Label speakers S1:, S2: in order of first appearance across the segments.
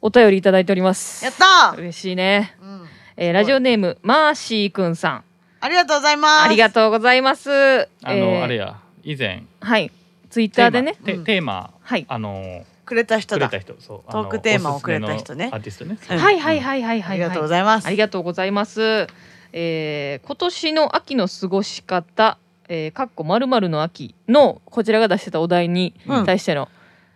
S1: お便りいただいております
S2: やったー、
S1: 嬉しいね、
S2: うん、
S1: えーラジオネームマーシーくんさん
S2: ありがとうございます
S1: ありがとうございますあ
S3: あの、あれや以前
S1: はいツイッターでね
S3: テーマ,テ、
S2: うん
S3: テーマ
S1: はい
S3: あの
S2: くれた人
S3: く
S2: だ
S3: れた人そう
S2: トークテーマを
S3: あのおすすめの
S2: くれた人ね
S3: アーティストね、
S2: うん
S1: はいはいはいはいはい、はい、
S2: ありがとうございます
S1: ありがとうございます。えー今年の秋の過ごし方、えー、かっこまるまるの秋のこちらが出してたお題に
S2: うん
S1: 対しての、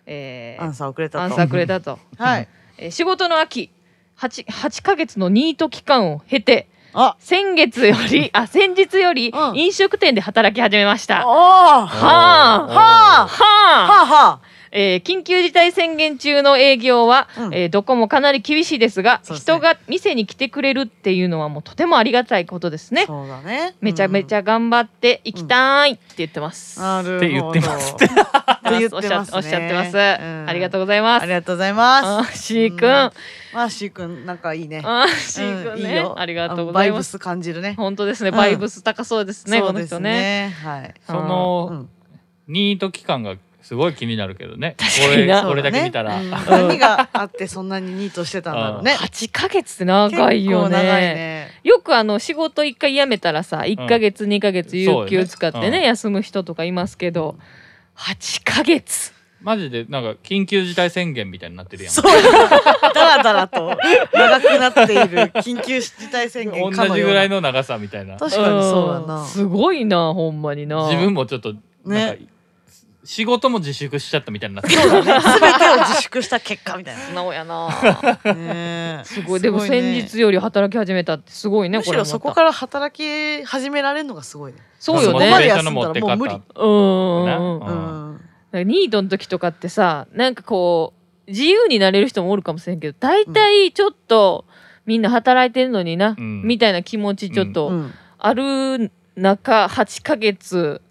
S1: えー
S2: アンサーをくれたと
S1: アンサーくれたと。
S2: はい
S1: えー仕事の秋八八ヶ月のニート期間を経て
S2: あ
S1: 先月よりあ先日より
S2: うん
S1: 飲食店で働き始めまし
S2: おー
S1: た。はあ
S2: ははああ
S1: はあ。
S2: は
S1: えー緊急事態宣言中の営業は、
S2: うん
S1: えーどこもかなり厳しいですが
S2: そうですね
S1: 人が店に来てくれるっていうのはもうとてもありがたいことですね。
S2: そうだね
S1: めちゃめち
S2: ゃ、
S1: ゃ頑張って行きたいって言ってます。
S2: うんなるほど
S3: って言ってますって
S2: 言って
S1: おっ
S2: ます
S1: し
S2: ね
S1: ゃおっしゃってます、
S2: うん
S1: ありがとうございま
S2: あ
S1: す
S2: り。がとうございま
S1: あ
S2: す
S1: ーしーくん、
S2: うん
S1: あ
S2: まあしーくんなんかいいね
S1: ーしーくんね、
S2: うんいいよ
S1: ありがとうござい
S2: あのバイブ
S1: ます。
S2: ス感じるね
S1: 本当ですね、
S2: うん
S1: バイブス高そうですね、
S2: そう
S1: この
S2: で
S1: 人
S2: す
S1: ね。
S2: ねはい
S3: そ
S2: うん
S3: の、ニート期間がすごい気になるけどね
S1: 確
S3: こ
S1: かに
S3: れ
S1: な
S3: これだけ見たら、
S2: そうだねうん何があってそんなにニートしてたんだろうね
S1: 八ヶ月って長いよ
S2: 結構
S1: ね。
S2: 長いね
S1: よくあの仕事一回辞めたらさ1ヶ月2ヶ月有給使ってね,、
S3: そうよねうん
S1: 休む人とかいますけど8ヶ月
S3: マジでなんか緊急事態宣言みたいになってるやん
S2: そうだらだらと長くなっている緊急事態宣言か
S3: 同
S2: の
S3: じ
S2: よ
S3: ぐ
S2: う
S3: ら
S2: ない
S3: の長さみたいな
S2: 確かにそうだ
S1: ん
S2: な
S1: すごいなほんまにな
S3: 自分もちょっと
S2: ね
S3: なんか、仕事も自粛しちゃったみたいになってる
S2: そうだね全てを自粛した結果みたい
S1: 素直やな
S2: なね
S1: すごいでも先日より働き始めたってすごいね
S2: むしろそこ
S1: ら
S2: から働き始められるのがすごいね
S1: そうよ
S3: こまで
S1: ね
S3: やったの持ってか
S2: そこま
S3: っ
S2: でや
S3: た
S2: っ
S1: うんうんうん
S3: ね
S1: だか
S2: うん
S1: らニートの時とかってさなんかこう自由になれる人もおるかもしれんけど大体ちょっとみんな働いてんのにな、
S3: うん
S1: みたいな気持ちちょっと、
S2: うん
S1: ある中8ヶ月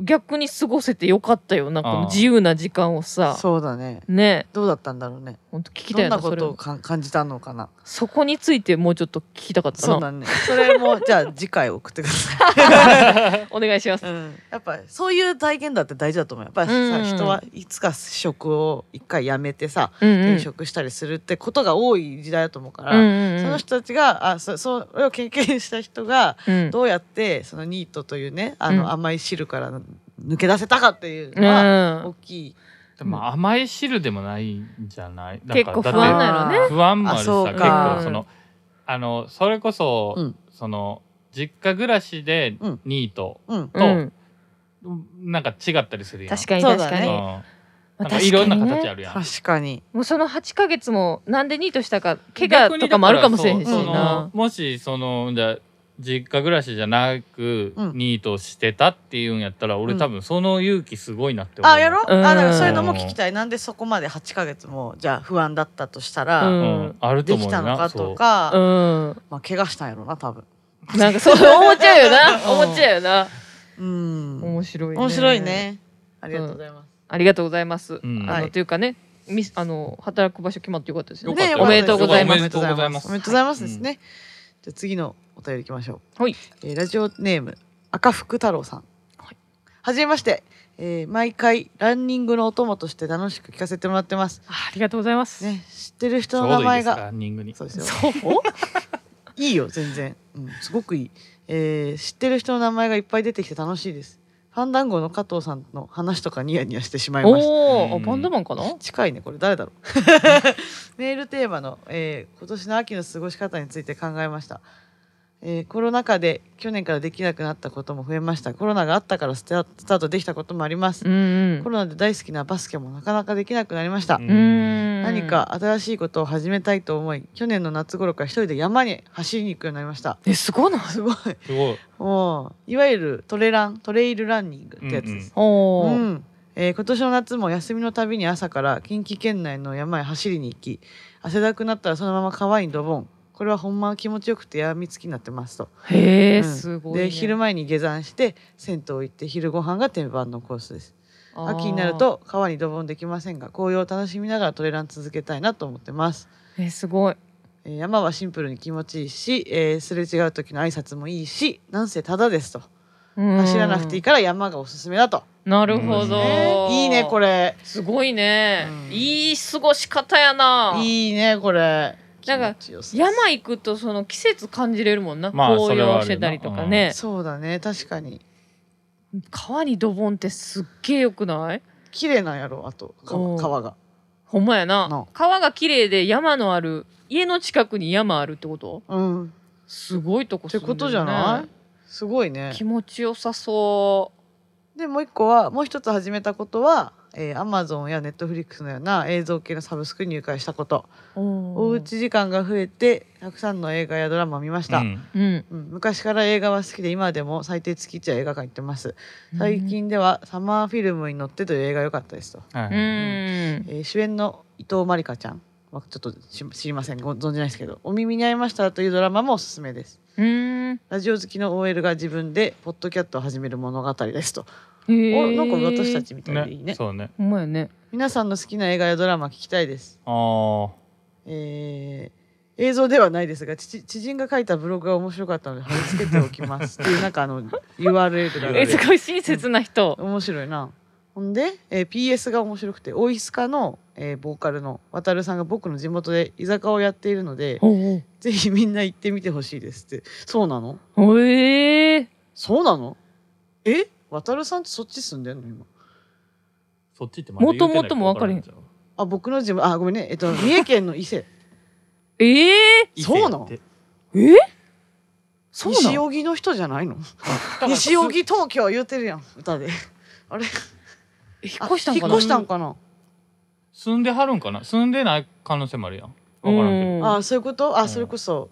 S1: 逆に過ごせてよかったよなんか
S3: あー
S1: 自由な時間をさ
S2: そうだね
S1: ね
S2: どうだったんだろうね
S1: 本当聞きた
S2: ど
S1: い
S2: ん
S1: な
S2: なこ
S1: それ
S2: とをかん感じたのかな
S1: そこについてもうちょっと聞きたかった
S2: そう
S1: な
S2: だねそれもじゃあ次回送ってください
S1: お願いします
S2: うん、やっぱそういう体験だって大事だと思うやっぱりさ、
S1: うん
S2: 人はいつか職を一回辞めてさ
S1: うんうん
S2: 転職したりするってことが多い時代だと思うか
S1: う
S2: ら、
S1: んうんうん
S2: その人たちがあそそれを経験した人が
S1: うん
S2: どうやってそのニートというねあの、
S1: うん
S2: 甘い汁から抜け出せたかっていう
S1: うん
S2: のは大きい、
S3: でも甘い汁でもないんじゃないなん
S1: 結
S3: か
S1: 構不
S3: だ
S1: 安
S3: って
S1: なんやろね
S2: だっ
S3: 不安もあるしさ
S2: あそう
S3: 結
S2: か
S3: 構そのあのそれこそ、
S2: うん
S3: その実家暮らしで
S2: うん
S3: ニート、
S2: うん
S3: と
S1: うん
S3: なんか違ったりするやん
S1: 確かに
S2: そう
S1: 確
S2: だ
S1: か
S2: ね
S1: に
S3: うん
S1: まあ確
S3: なん
S1: か
S3: か
S1: に
S3: いろんな
S1: ね
S3: 形あるやん、
S2: 確かに
S1: もうその8ヶ月もなんでニートしたか怪我とかもあるかもしれんし
S3: 逆にだからそうそ
S1: な
S3: のもしそのじゃあ実家暮らしじゃなく、
S2: うん
S3: ニートしてたっていうんやったら俺多分その勇気すごいなって思う、
S2: あやろ、
S1: うん
S2: あだからそういうのも聞きたいなんでそこまで8ヶ月もじゃあ不安だったとしたら、
S1: う
S3: うん、
S1: ん
S3: あると
S2: で
S3: 思
S2: き
S3: う
S2: た
S3: よ
S2: の
S3: な
S2: か
S3: そ
S2: と
S3: う
S2: か、
S1: うん
S2: まあ怪我したんやろうな多分。
S1: なんかそう思っちゃうよな
S2: うん
S1: 思っちゃうよな
S2: うん
S1: 面白い
S2: 面白いね。ありがとうございます。
S1: ありがとうございます。
S3: うん
S1: あ
S2: は
S1: の
S2: い
S1: というかね、みあの働く場所決まってよかったですよ
S3: よ
S1: ね。
S3: かった
S2: ね
S1: おめでとうございます
S3: おめでとうございます
S2: おめでとうございますですね。じゃあ次のお便りいきましょう。
S1: はい。
S2: えーラジオネーム赤福太郎さん。
S1: はい。
S2: じめまして。えー毎回ランニングのお供として楽しく聞かせてもらってます。
S1: あありがとうございます。
S2: ね、知ってる
S3: ち
S2: 人
S3: ょ
S2: の
S3: うどい
S2: 名前
S3: いですか
S2: が
S3: ランニングに
S2: そうですよ。
S1: そう。
S2: いいよ全然、うん、すごくいい、えー知ってる人の名前がいっぱい出てきて楽しいですファンダンゴの加藤さんの話とかニヤニヤしてしまいました
S1: お
S3: う
S1: お、
S3: ん
S1: バンドマンかな？
S2: 近いねこれ誰だろう メールテーマの、えー今年の秋の過ごし方について考えました、えーコロナ禍で去年からできなくなったことも増えましたコロナがあったからスタスタートできたこともあります、
S1: うんうん
S2: コ。ロナで大好きなバスケもなかなかできなくなりました、
S3: う
S1: うーん。
S2: 何。か新しいことを始めたいと思い去年の夏頃から一人で山に走りに行くようになりました
S1: えすごいな。
S2: すごい
S3: すごい
S2: もういわゆるトレラントレイルランニングってやつです。
S1: お
S2: う
S1: お。
S2: んえー今年の夏も休みのたびに朝から近畿圏内の山へ走りに行き汗だくなったらそのまま川にドボンこれはほんま気持ちよくてやみつきになってますと、
S1: へ
S2: う
S1: え
S2: ん
S1: すごいね。
S2: で昼前に下山して銭湯行って昼ご飯が定番のコースです
S1: あー
S2: 秋になる。と川にドボンできませんが紅葉を楽しみながらトレラン続けたいなと思ってます
S1: えすごい。
S2: えー山はシンプルに気持ちいいし、えーすれ違う時の挨拶もいいしなんせタダですと
S1: う
S2: 走らなくていい
S1: い。
S2: から山がおすすめだと。
S1: なるほ
S3: うん
S1: ど
S2: ね。いいねこ
S1: れ。
S2: れ。
S1: すごいね
S2: う。ん
S1: いい過ごし方やな。
S2: いいねこれ。
S1: なんか
S2: 気持ちよさそう
S1: 山行くとその季節感じれるもんな。
S3: まあそ
S1: 紅
S3: れは
S1: 葉
S3: あるな
S1: してたりとかね。
S2: そうだね確かに
S1: 川にドボンってすっげえよくない？
S2: 綺麗なんやろあと
S1: うん
S2: 川川が。
S1: ほんまや
S2: な
S1: な。川が綺麗で山のある家の近くに山あるってこと？
S2: うん。
S1: すごいとこ
S2: っ
S1: 住
S2: て
S1: んでるね。
S2: ことじゃない？すごいね
S1: 気。持ちよさそ
S2: でもう一個はもう一つ始めたことは、えー、Amazon や Netflix のような映像系のサブスクに入会したこと。
S1: う。
S2: おうち時間が増えてたくさんの映画やドラマを見ました。
S3: う
S2: うん
S3: ん
S1: うん。
S2: 昔から映画は好きで今でも最低月1は映画館行ってます最。近では「サマーフィルムに乗って」という映画良かったですと、
S1: う
S3: はい
S1: ん。
S2: えー主演の伊藤まりかちゃんはちょっとし知りませんご存じないですけど「お耳に合いました」というドラマもおすすめです
S1: うん。
S2: ラジオ好きの OL が自分でポッドキャットを始める物語ですと、
S1: お
S2: おなんか私た。ちみたいでいいね
S3: ねそうね
S1: ほんまやね。
S2: 皆さんの好きな映画やドラマ聞きたいです
S3: あー
S2: えー映像ではないですが知知人が書いたブログが面白かったので貼り付けておきますっていうなんかあ の URL があ
S1: え、す
S2: る
S1: ごい親切な人。
S2: 面白いなほんで、えー PS が面白くてオイスカの、えーボーカルの渡るさんが僕の地元で居酒屋をやっているので
S1: お
S2: ぜひみんな行ってみてほしいですってそうなの
S1: お。ええ。
S2: そうなのえ渡るさんってそっち住んでんの今
S3: そっちってまだ言うてない
S1: もともとも分かれへん
S3: らんちゃう
S2: あ僕の地元あごめんねえっ と三重県の伊勢
S1: ええ。
S2: そうなの
S3: 伊勢って
S1: え。そうな
S2: 西
S1: の。
S2: 荻の人じゃないの
S3: ら
S2: 西荻東京言うてるやん歌であれ
S1: 引っ越したん
S2: 引
S1: か
S2: っ
S1: な
S2: 越。したんかな、
S3: 住んではるんかな住んでない可能性もあるやん分からんけど
S1: うん
S2: ああそういうことあ、
S3: うん
S2: それこそ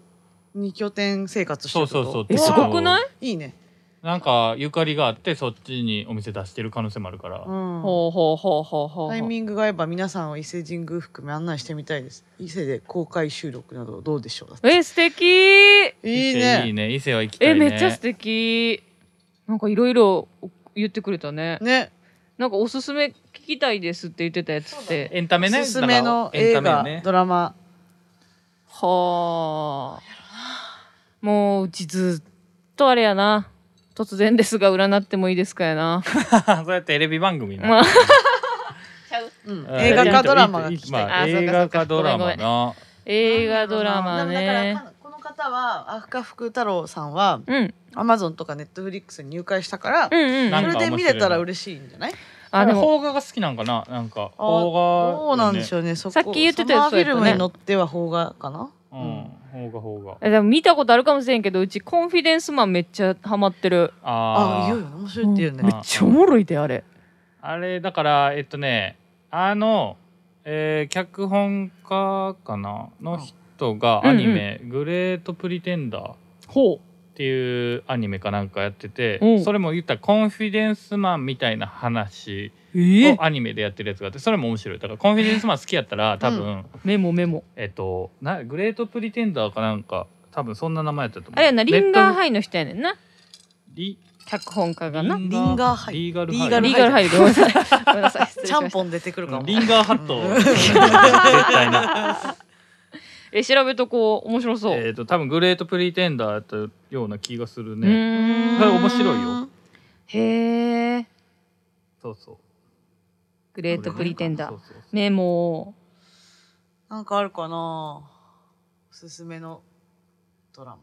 S2: 二拠点生活して
S3: そ
S2: るっ
S3: う
S2: てこ
S3: そう
S2: と
S3: そう
S1: え、すごくない？
S2: いいね
S3: なんかゆかりがあってそっちにお店出してる可能性もあるか
S2: う
S3: ら、
S2: ん
S1: ほうほうほうほうほう。
S2: タイミングが合えば皆さんを伊勢神宮含め案内してみたいです伊勢で公開収録などどうでしょうだって
S1: え、素敵。
S2: いい
S3: 伊勢
S2: ね
S3: いいね伊勢は行きた
S1: え、
S3: いね
S1: めっちゃ素敵。なんかいろいろ言ってくれたね。
S2: ね
S1: なんかおすすめ聞きたいですって言ってたやつって。
S3: エンタ
S2: お
S3: メね
S2: すすめの
S3: だから
S2: 映
S3: エンタ
S2: 画、
S3: メね
S2: ドラマ
S1: はあ。もううちずっとあれやな。突然ですが占ってもいいですかやな。
S3: そうやってテレビ番組な、
S1: まあ
S2: うん
S3: うん
S2: 映画かドラマが聞きたい、
S3: まあ、
S1: あそうか
S3: 映
S1: そ
S3: 画
S1: うか
S3: かドラマな
S1: 映画ドラマ
S2: でもだ
S1: ね
S2: か。らこの方は赤福太郎さんは
S1: うん、
S2: アマゾンとかネットフリックスに入会したから、
S1: うん、うん。
S3: なん
S2: そ
S3: か
S2: れで見れたら嬉しいんじゃない
S1: あ、でも、
S3: 邦画が好きなんかななんか
S2: あ
S3: 邦画、ね、
S2: どうなんでし
S3: ょ
S2: ょうねそこ
S1: さっき言ってたやつ
S2: サマーフィル
S1: そう
S2: ム
S1: やったね
S2: に乗っては邦画かな、
S3: う、うん、邦画邦画
S1: えでも見たことあるかもしれんけど、うちコンフィデンスマンめっちゃハマってる。
S2: あい
S3: ああ
S2: よいよ面白いって言うね、
S1: めっちゃおもろいで、あれ。
S3: あれだからえっとねあの、えー脚本家かなの人がアニメ「グレート・プリテンダー」
S1: ほ
S3: っていうアニメかなんかやってて、
S1: うん
S3: それも言ったらコンフィデンスマンみたいな話
S1: う。え
S3: をアニメでやってるやつがあってそれも面白いだからコンフィデンスマン好きやったら多分、
S1: メモメモ。
S3: えっとなグレート・プリテンダーかなんか多分そんな名前やったと思う
S1: あれやな、リンガー
S3: イ
S1: ハイの人やねんな。
S3: リ
S1: 脚本家がな。リ
S3: リ
S2: リンガーハイ
S3: リーガル
S2: リーガ
S3: ハ
S1: ンガーハイでごめんなさい。 ごめんなさい。失礼
S2: ち
S1: し
S2: ゃ
S1: ま
S2: ん
S1: した。
S2: ぽん出てくるかも、
S3: イリンガーハット
S2: うん
S3: 絶対な
S1: え、調べとこう。面白そう。
S3: えっ、と多分グレートプリテンダーやったような気がする
S1: う
S3: ね。
S1: ーん
S3: これ面白いよ。
S1: へえ。
S3: そうそう。
S1: グレートプリテンダ
S3: そう
S1: ー。
S3: そうそう
S1: メモ。
S2: なんかあるかなおすすめのドラマ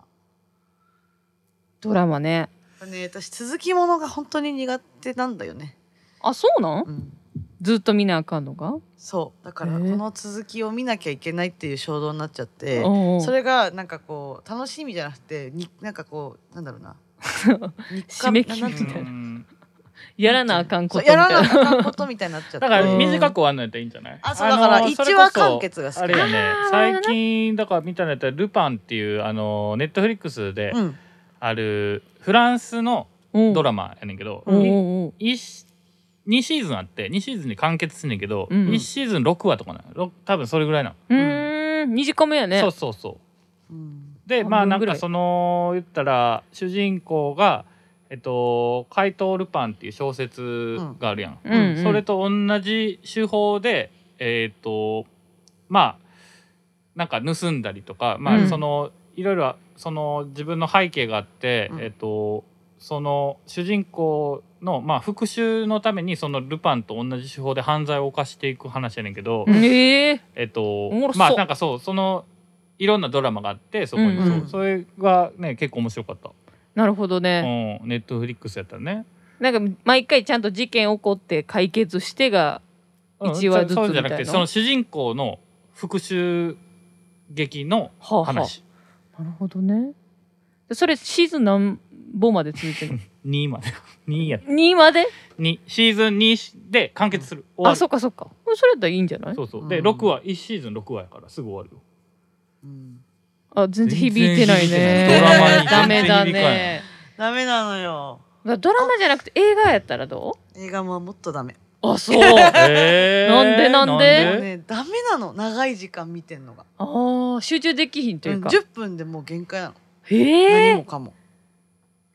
S1: ドラマね。
S2: これね私続きものが本当に苦手なんだよね、
S1: あ、そうなん
S2: うん、
S1: ずっと見なあかんのが
S2: そうだから
S1: え
S2: こ
S1: ー
S2: の続きを見なきゃいけないっていう衝動になっちゃって、
S1: おうおう
S2: それがなんかこう楽しみじゃなくてになんかこうなんだろう な日課
S1: 締め切り
S2: なんていうの
S1: みたいな
S3: うん
S1: やらなあかんこと
S2: そ
S1: みた
S2: うや
S1: いな
S2: らなあかんことみたいになっちゃって
S3: だから短く終わんないといいんじゃない？
S2: あそうだから
S3: の
S2: 一話完結が好き
S3: それこそあれやね
S1: あ。ー
S3: 最近だから見たのやったらルパンっていうあのネットフリックスで
S2: うん、
S3: あるフランスのド
S1: ラ
S3: ラマやねんけど、
S1: うんうんうん
S3: 一シ2シーズンあって2シーズンに完結すんねんけど、
S1: うん
S3: 1シーズン6話とかなのろ多分それぐらいなの、
S1: うーん短めやね
S3: そうそうそう
S2: うん、
S3: で
S1: 半
S3: まあ
S1: 分
S3: なん
S1: ぐらい
S3: かその言ったら主人公が「えっと、怪盗ルパン」っていう小説があるやん、
S1: うんうん
S3: それと同じ手法でえっとまあなんか盗んだりとかま
S1: う
S3: あ
S1: ん
S3: その、いろいろその自分の背景があって、
S2: うん
S3: えっとその主人公の、まあ、復讐のためにそのルパンと同じ手法で犯罪を犯していく話やねんけど、
S1: ええ
S3: えっと
S1: おもろそう
S3: まあなんかそうそのいろんなドラマがあってそこに、
S1: うん
S2: うん
S3: そうそれがね結構面白かった、
S1: なるほど
S3: う
S1: ね、
S3: ん、ネットフリックスやったらね
S1: なんか毎回ちゃんと事件起こって解決してが
S3: うん
S1: 一話ずつ
S3: そうじゃなく
S1: みたい
S3: て
S1: な
S3: その主人公の復讐劇の
S1: はあ、はあ、な
S3: 話
S1: るほどねでそれシーズン何本まで続いてるの
S3: 2まで 2や
S1: 2まで
S3: 2シーズン2で完結する終わ
S1: あ
S3: る
S1: そっかそっかそれだったらいいんじゃない
S3: そうそう
S2: う
S3: で
S2: ん
S3: 6話1シーズン6話やからすぐ終わるよ
S2: うん
S1: あ全然響いてないね
S2: 全然響いてな
S1: ダ
S2: い
S1: メだ
S3: ドラマに全然響かない
S1: ね
S2: ダメなのよ
S1: だからドラマじゃなくて映画やったらど
S2: 映画ももっとダメ
S1: うあそうあ
S3: えー
S1: なんでなんでえ
S2: もうねダメなの長い時間見てんのが
S1: ー集中できひんというか、
S2: うん10分でもう限界なの、
S1: へ
S2: 何
S1: え
S2: もかも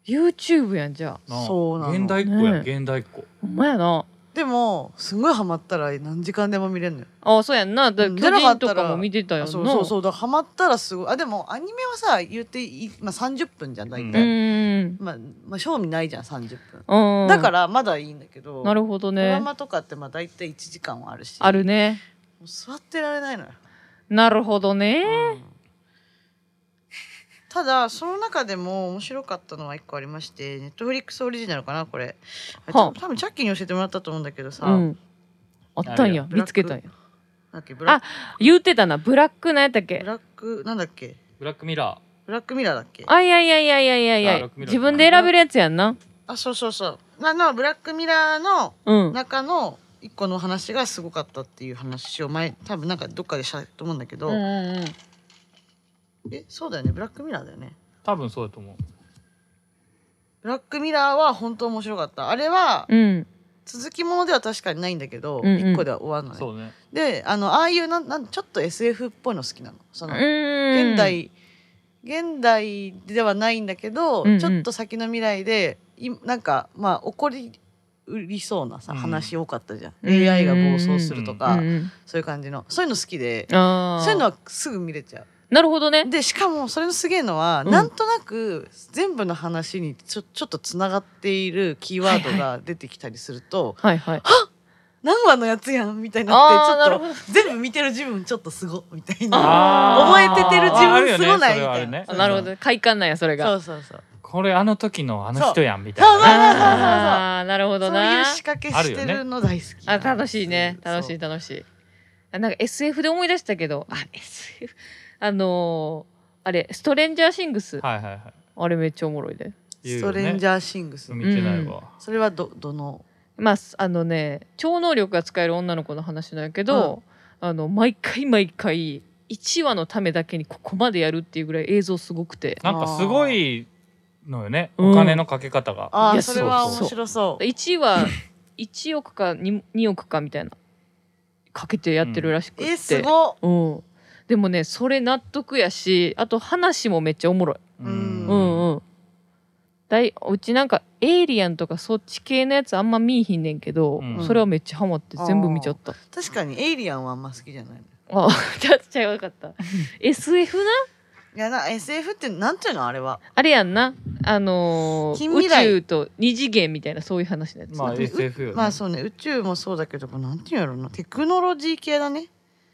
S1: YouTube やんじゃあ
S3: なあ
S2: そうなの
S3: 現代っ子や、
S1: ね
S3: 現代っ子
S1: ほんまやな
S2: でもすごいハマったら何時間でも見れるのよ
S1: あそうやんなだ
S2: うん
S1: 巨人とかも見てたよ
S2: あ
S1: な
S2: そうそうそうだからハマったらすごいあでもアニメはさ言っていい、まあ、30分じゃん大
S1: う
S2: 体、
S1: ん
S2: まあ、まあ賞味ないじゃん30分、
S1: うん
S2: だからまだいいんだけど
S1: なるほど
S2: ドラ
S1: ね
S2: マとかってまあ大体1時間はあるし
S1: あるね
S2: もう座ってられないのよ、
S1: なるほどね、
S2: うんただその中でも面白かったのは1個ありましてネットフリックスオリジナルかなこれあちょ
S1: はあ
S2: 多分チャッキーに教えてもらったと思うんだけどさ、
S1: うん、あったんや
S3: あ
S2: れや
S1: 見つけたんや
S2: なんだっけブラック
S1: 言ってたなブラックなんやったっ
S2: ブ
S1: け
S2: ラックなんだっけ
S3: ブラックミラ
S2: ブラックミラーだっけ
S1: あいやいやいやいやいやい
S3: あ
S1: や
S3: 六ミラ
S1: 自分で選べるやつやんな
S2: あそうそうそうあのブラックミラーの
S1: うん
S2: 中の一個の話がすごかったっていう話を前多分なんかどっかでしたと思うんだけど、
S1: うん
S2: えそうだよねブラックミラーだよね
S3: ー多分そうだと思う
S2: ブラックミラーは本当面白かったあれは
S1: うん
S2: 続きものでは確かにないんだけど、
S1: うんうん
S2: 一個では終わんのね
S3: そうね
S2: であのああいうなんなんちょっと SF っぽいの好きなのその、
S1: うん
S2: 現代現代ではないんだけど、
S1: うんうん
S2: ちょっと先の未来でいなんかまあ起こりうりそうなさ、
S3: うん
S2: 話多かったじゃん、
S1: うん
S2: AI が暴走するとか、
S1: うんうん
S2: そういう感じのそういうの好きで
S1: ああ
S2: そういうのはすぐ見れちゃ
S1: なるほどね
S2: うでしかもそれのすげえのは、
S1: うん
S2: なんとなく全部の話にちょちょっとつながっているキーワードが出てきたりすると、
S1: はいはい
S2: 何話のやつやんみたいに
S1: あー
S2: な
S1: な
S2: っ
S1: るほ
S2: てちょ
S1: ど
S2: っと全部見てる自分ちょっとすごみたいな
S1: あ
S3: あー
S2: 覚えててる自
S3: ああるよ
S2: 分す
S3: ね
S2: ごない
S3: そ
S2: み
S3: れはあ
S2: たい
S3: る
S2: な
S3: ね
S1: あなるほど快感なんやそれ
S2: そ
S1: が
S2: うそうそう
S3: これあの時のあの人やんみたい
S2: そうそう
S3: なね
S2: そうそうそう
S1: ああーなるほ
S2: そ
S1: ど
S2: ういう
S1: な
S2: 仕掛けしてるの大好き
S1: あ
S2: なんですよ
S1: 楽しいね楽しい
S2: そう
S1: 楽しいあなんか SF で思い出したけどあ SF あのー、あれストレンジャーシングス
S3: はいはいはい
S1: あれめっちゃおもろいで
S3: 言う
S2: ス
S3: よ
S2: ト
S3: ね
S2: レンジャーシングス
S3: 見てないわ、
S2: それはどどの
S1: まあすあのね超能力が使える女の子の話なんやけど、あの毎回毎回1話のためだけにここまでやるっていうぐらい映像すごくて
S3: なんかすごいのよね
S1: うん
S3: お金のかけ方が、
S2: あ
S1: い
S2: あ
S1: や
S2: それは
S1: そうそう
S2: 面白そう
S1: 1話 1億か 2, 2億かみたいなかけてやってるらしくって、
S2: えすご
S1: うん、でもねそれ納得やしあと話もめっちゃおもろい、
S2: うん
S1: うんうんだいうちなんかエイリアンとかそっち系のやつあんま見いひんねんけど、
S3: うん
S1: それはめっちゃハマって全部見ちゃった
S2: 確かにエイリアンはあんま好きじゃないの
S1: あ ちゃちゃよかった SF ない
S2: やな SF ってなんていうのあれは
S1: あれやんなあのー
S2: 近
S1: 宇
S2: 未来
S1: 宙と二次元みたいなそういう話のやつ、
S3: まあ
S2: う
S3: SF よね、
S2: まあそうね宇宙もそうだけどこれなんていうんやろうなテクノロジー系だね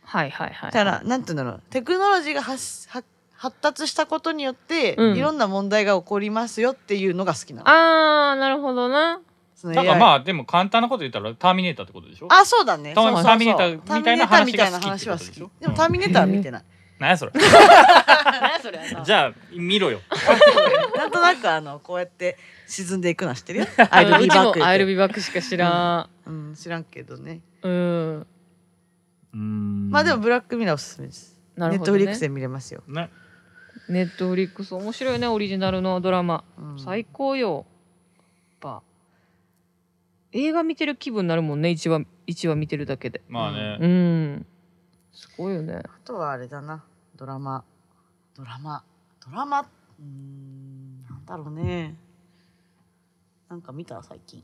S1: はいはいはい
S2: だからなんていうんだろうテクノロジーが発発発達したことによって、
S1: うん
S2: いろんな問題が起こりますよっていうのが好きなの。
S1: あーなるほどな
S2: その
S3: なんか
S2: AI
S3: まあでも簡単なこと言ったらターミネーターってことでしょ
S2: あそうだね。
S3: ターミ
S2: そうそうそう
S3: ターミネーターみたいな
S2: ターミネーターみ
S3: 話
S2: たいな
S3: が好
S2: 話
S3: きってこ
S2: は好
S3: とで
S2: き。
S3: し
S2: で
S3: ょ
S2: もターミネーターは見てない。
S3: なんやそれ
S1: 何やそれ
S3: じゃあ 見ろよ
S2: なんとなくあのこうやって沈んでいくのは知ってるよ。
S1: あ
S2: I'll
S1: う
S2: be
S1: ち
S2: back っ
S1: も
S2: て
S1: アイルビバックしか知ら
S2: うん知らんけどね。
S1: んうん
S3: うん
S2: まあでもブラックミラーおすすめです。
S1: な
S2: ネ
S1: る
S2: ッ
S1: ほ
S2: ト
S1: ど
S2: フ
S1: ね
S2: リックスで見れますよ。
S3: ね
S1: ネットフリックス面白いねオリジナルのドラマ、
S2: うん
S1: 最高よやっぱ映画見てる気分になるもんね一話一話見てるだけで
S3: まあね、
S1: うんすごいよね
S2: あとはあれだなドラマドラマドラマうーんなんだろうねなんか見た最近
S3: い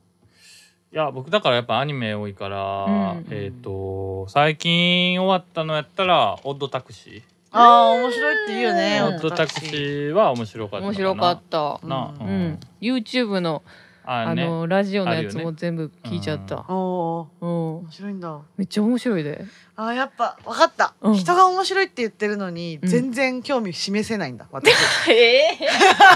S3: や僕だからやっぱアニメ多いから、
S1: うん
S3: えっ、と最近終わったのやったら「オッドタクシー」
S2: ああ面白いって言うよね。
S1: うん
S3: オットタクシーは面白かった
S1: 面白かった
S2: た。
S3: な、
S2: う
S1: うんん、YouTube の
S3: あ
S1: あ
S3: ね
S1: のラジオのやつ
S3: あるよ
S1: も全部聞いちゃった、
S2: おお
S1: うん
S2: 面、白いんだ。
S1: めっちゃ面白いで
S2: あーやっぱ分かった、
S1: うん
S2: 人が面白いって言ってるのに
S1: うん
S2: 全然興味示せないんだ 私
S1: ええ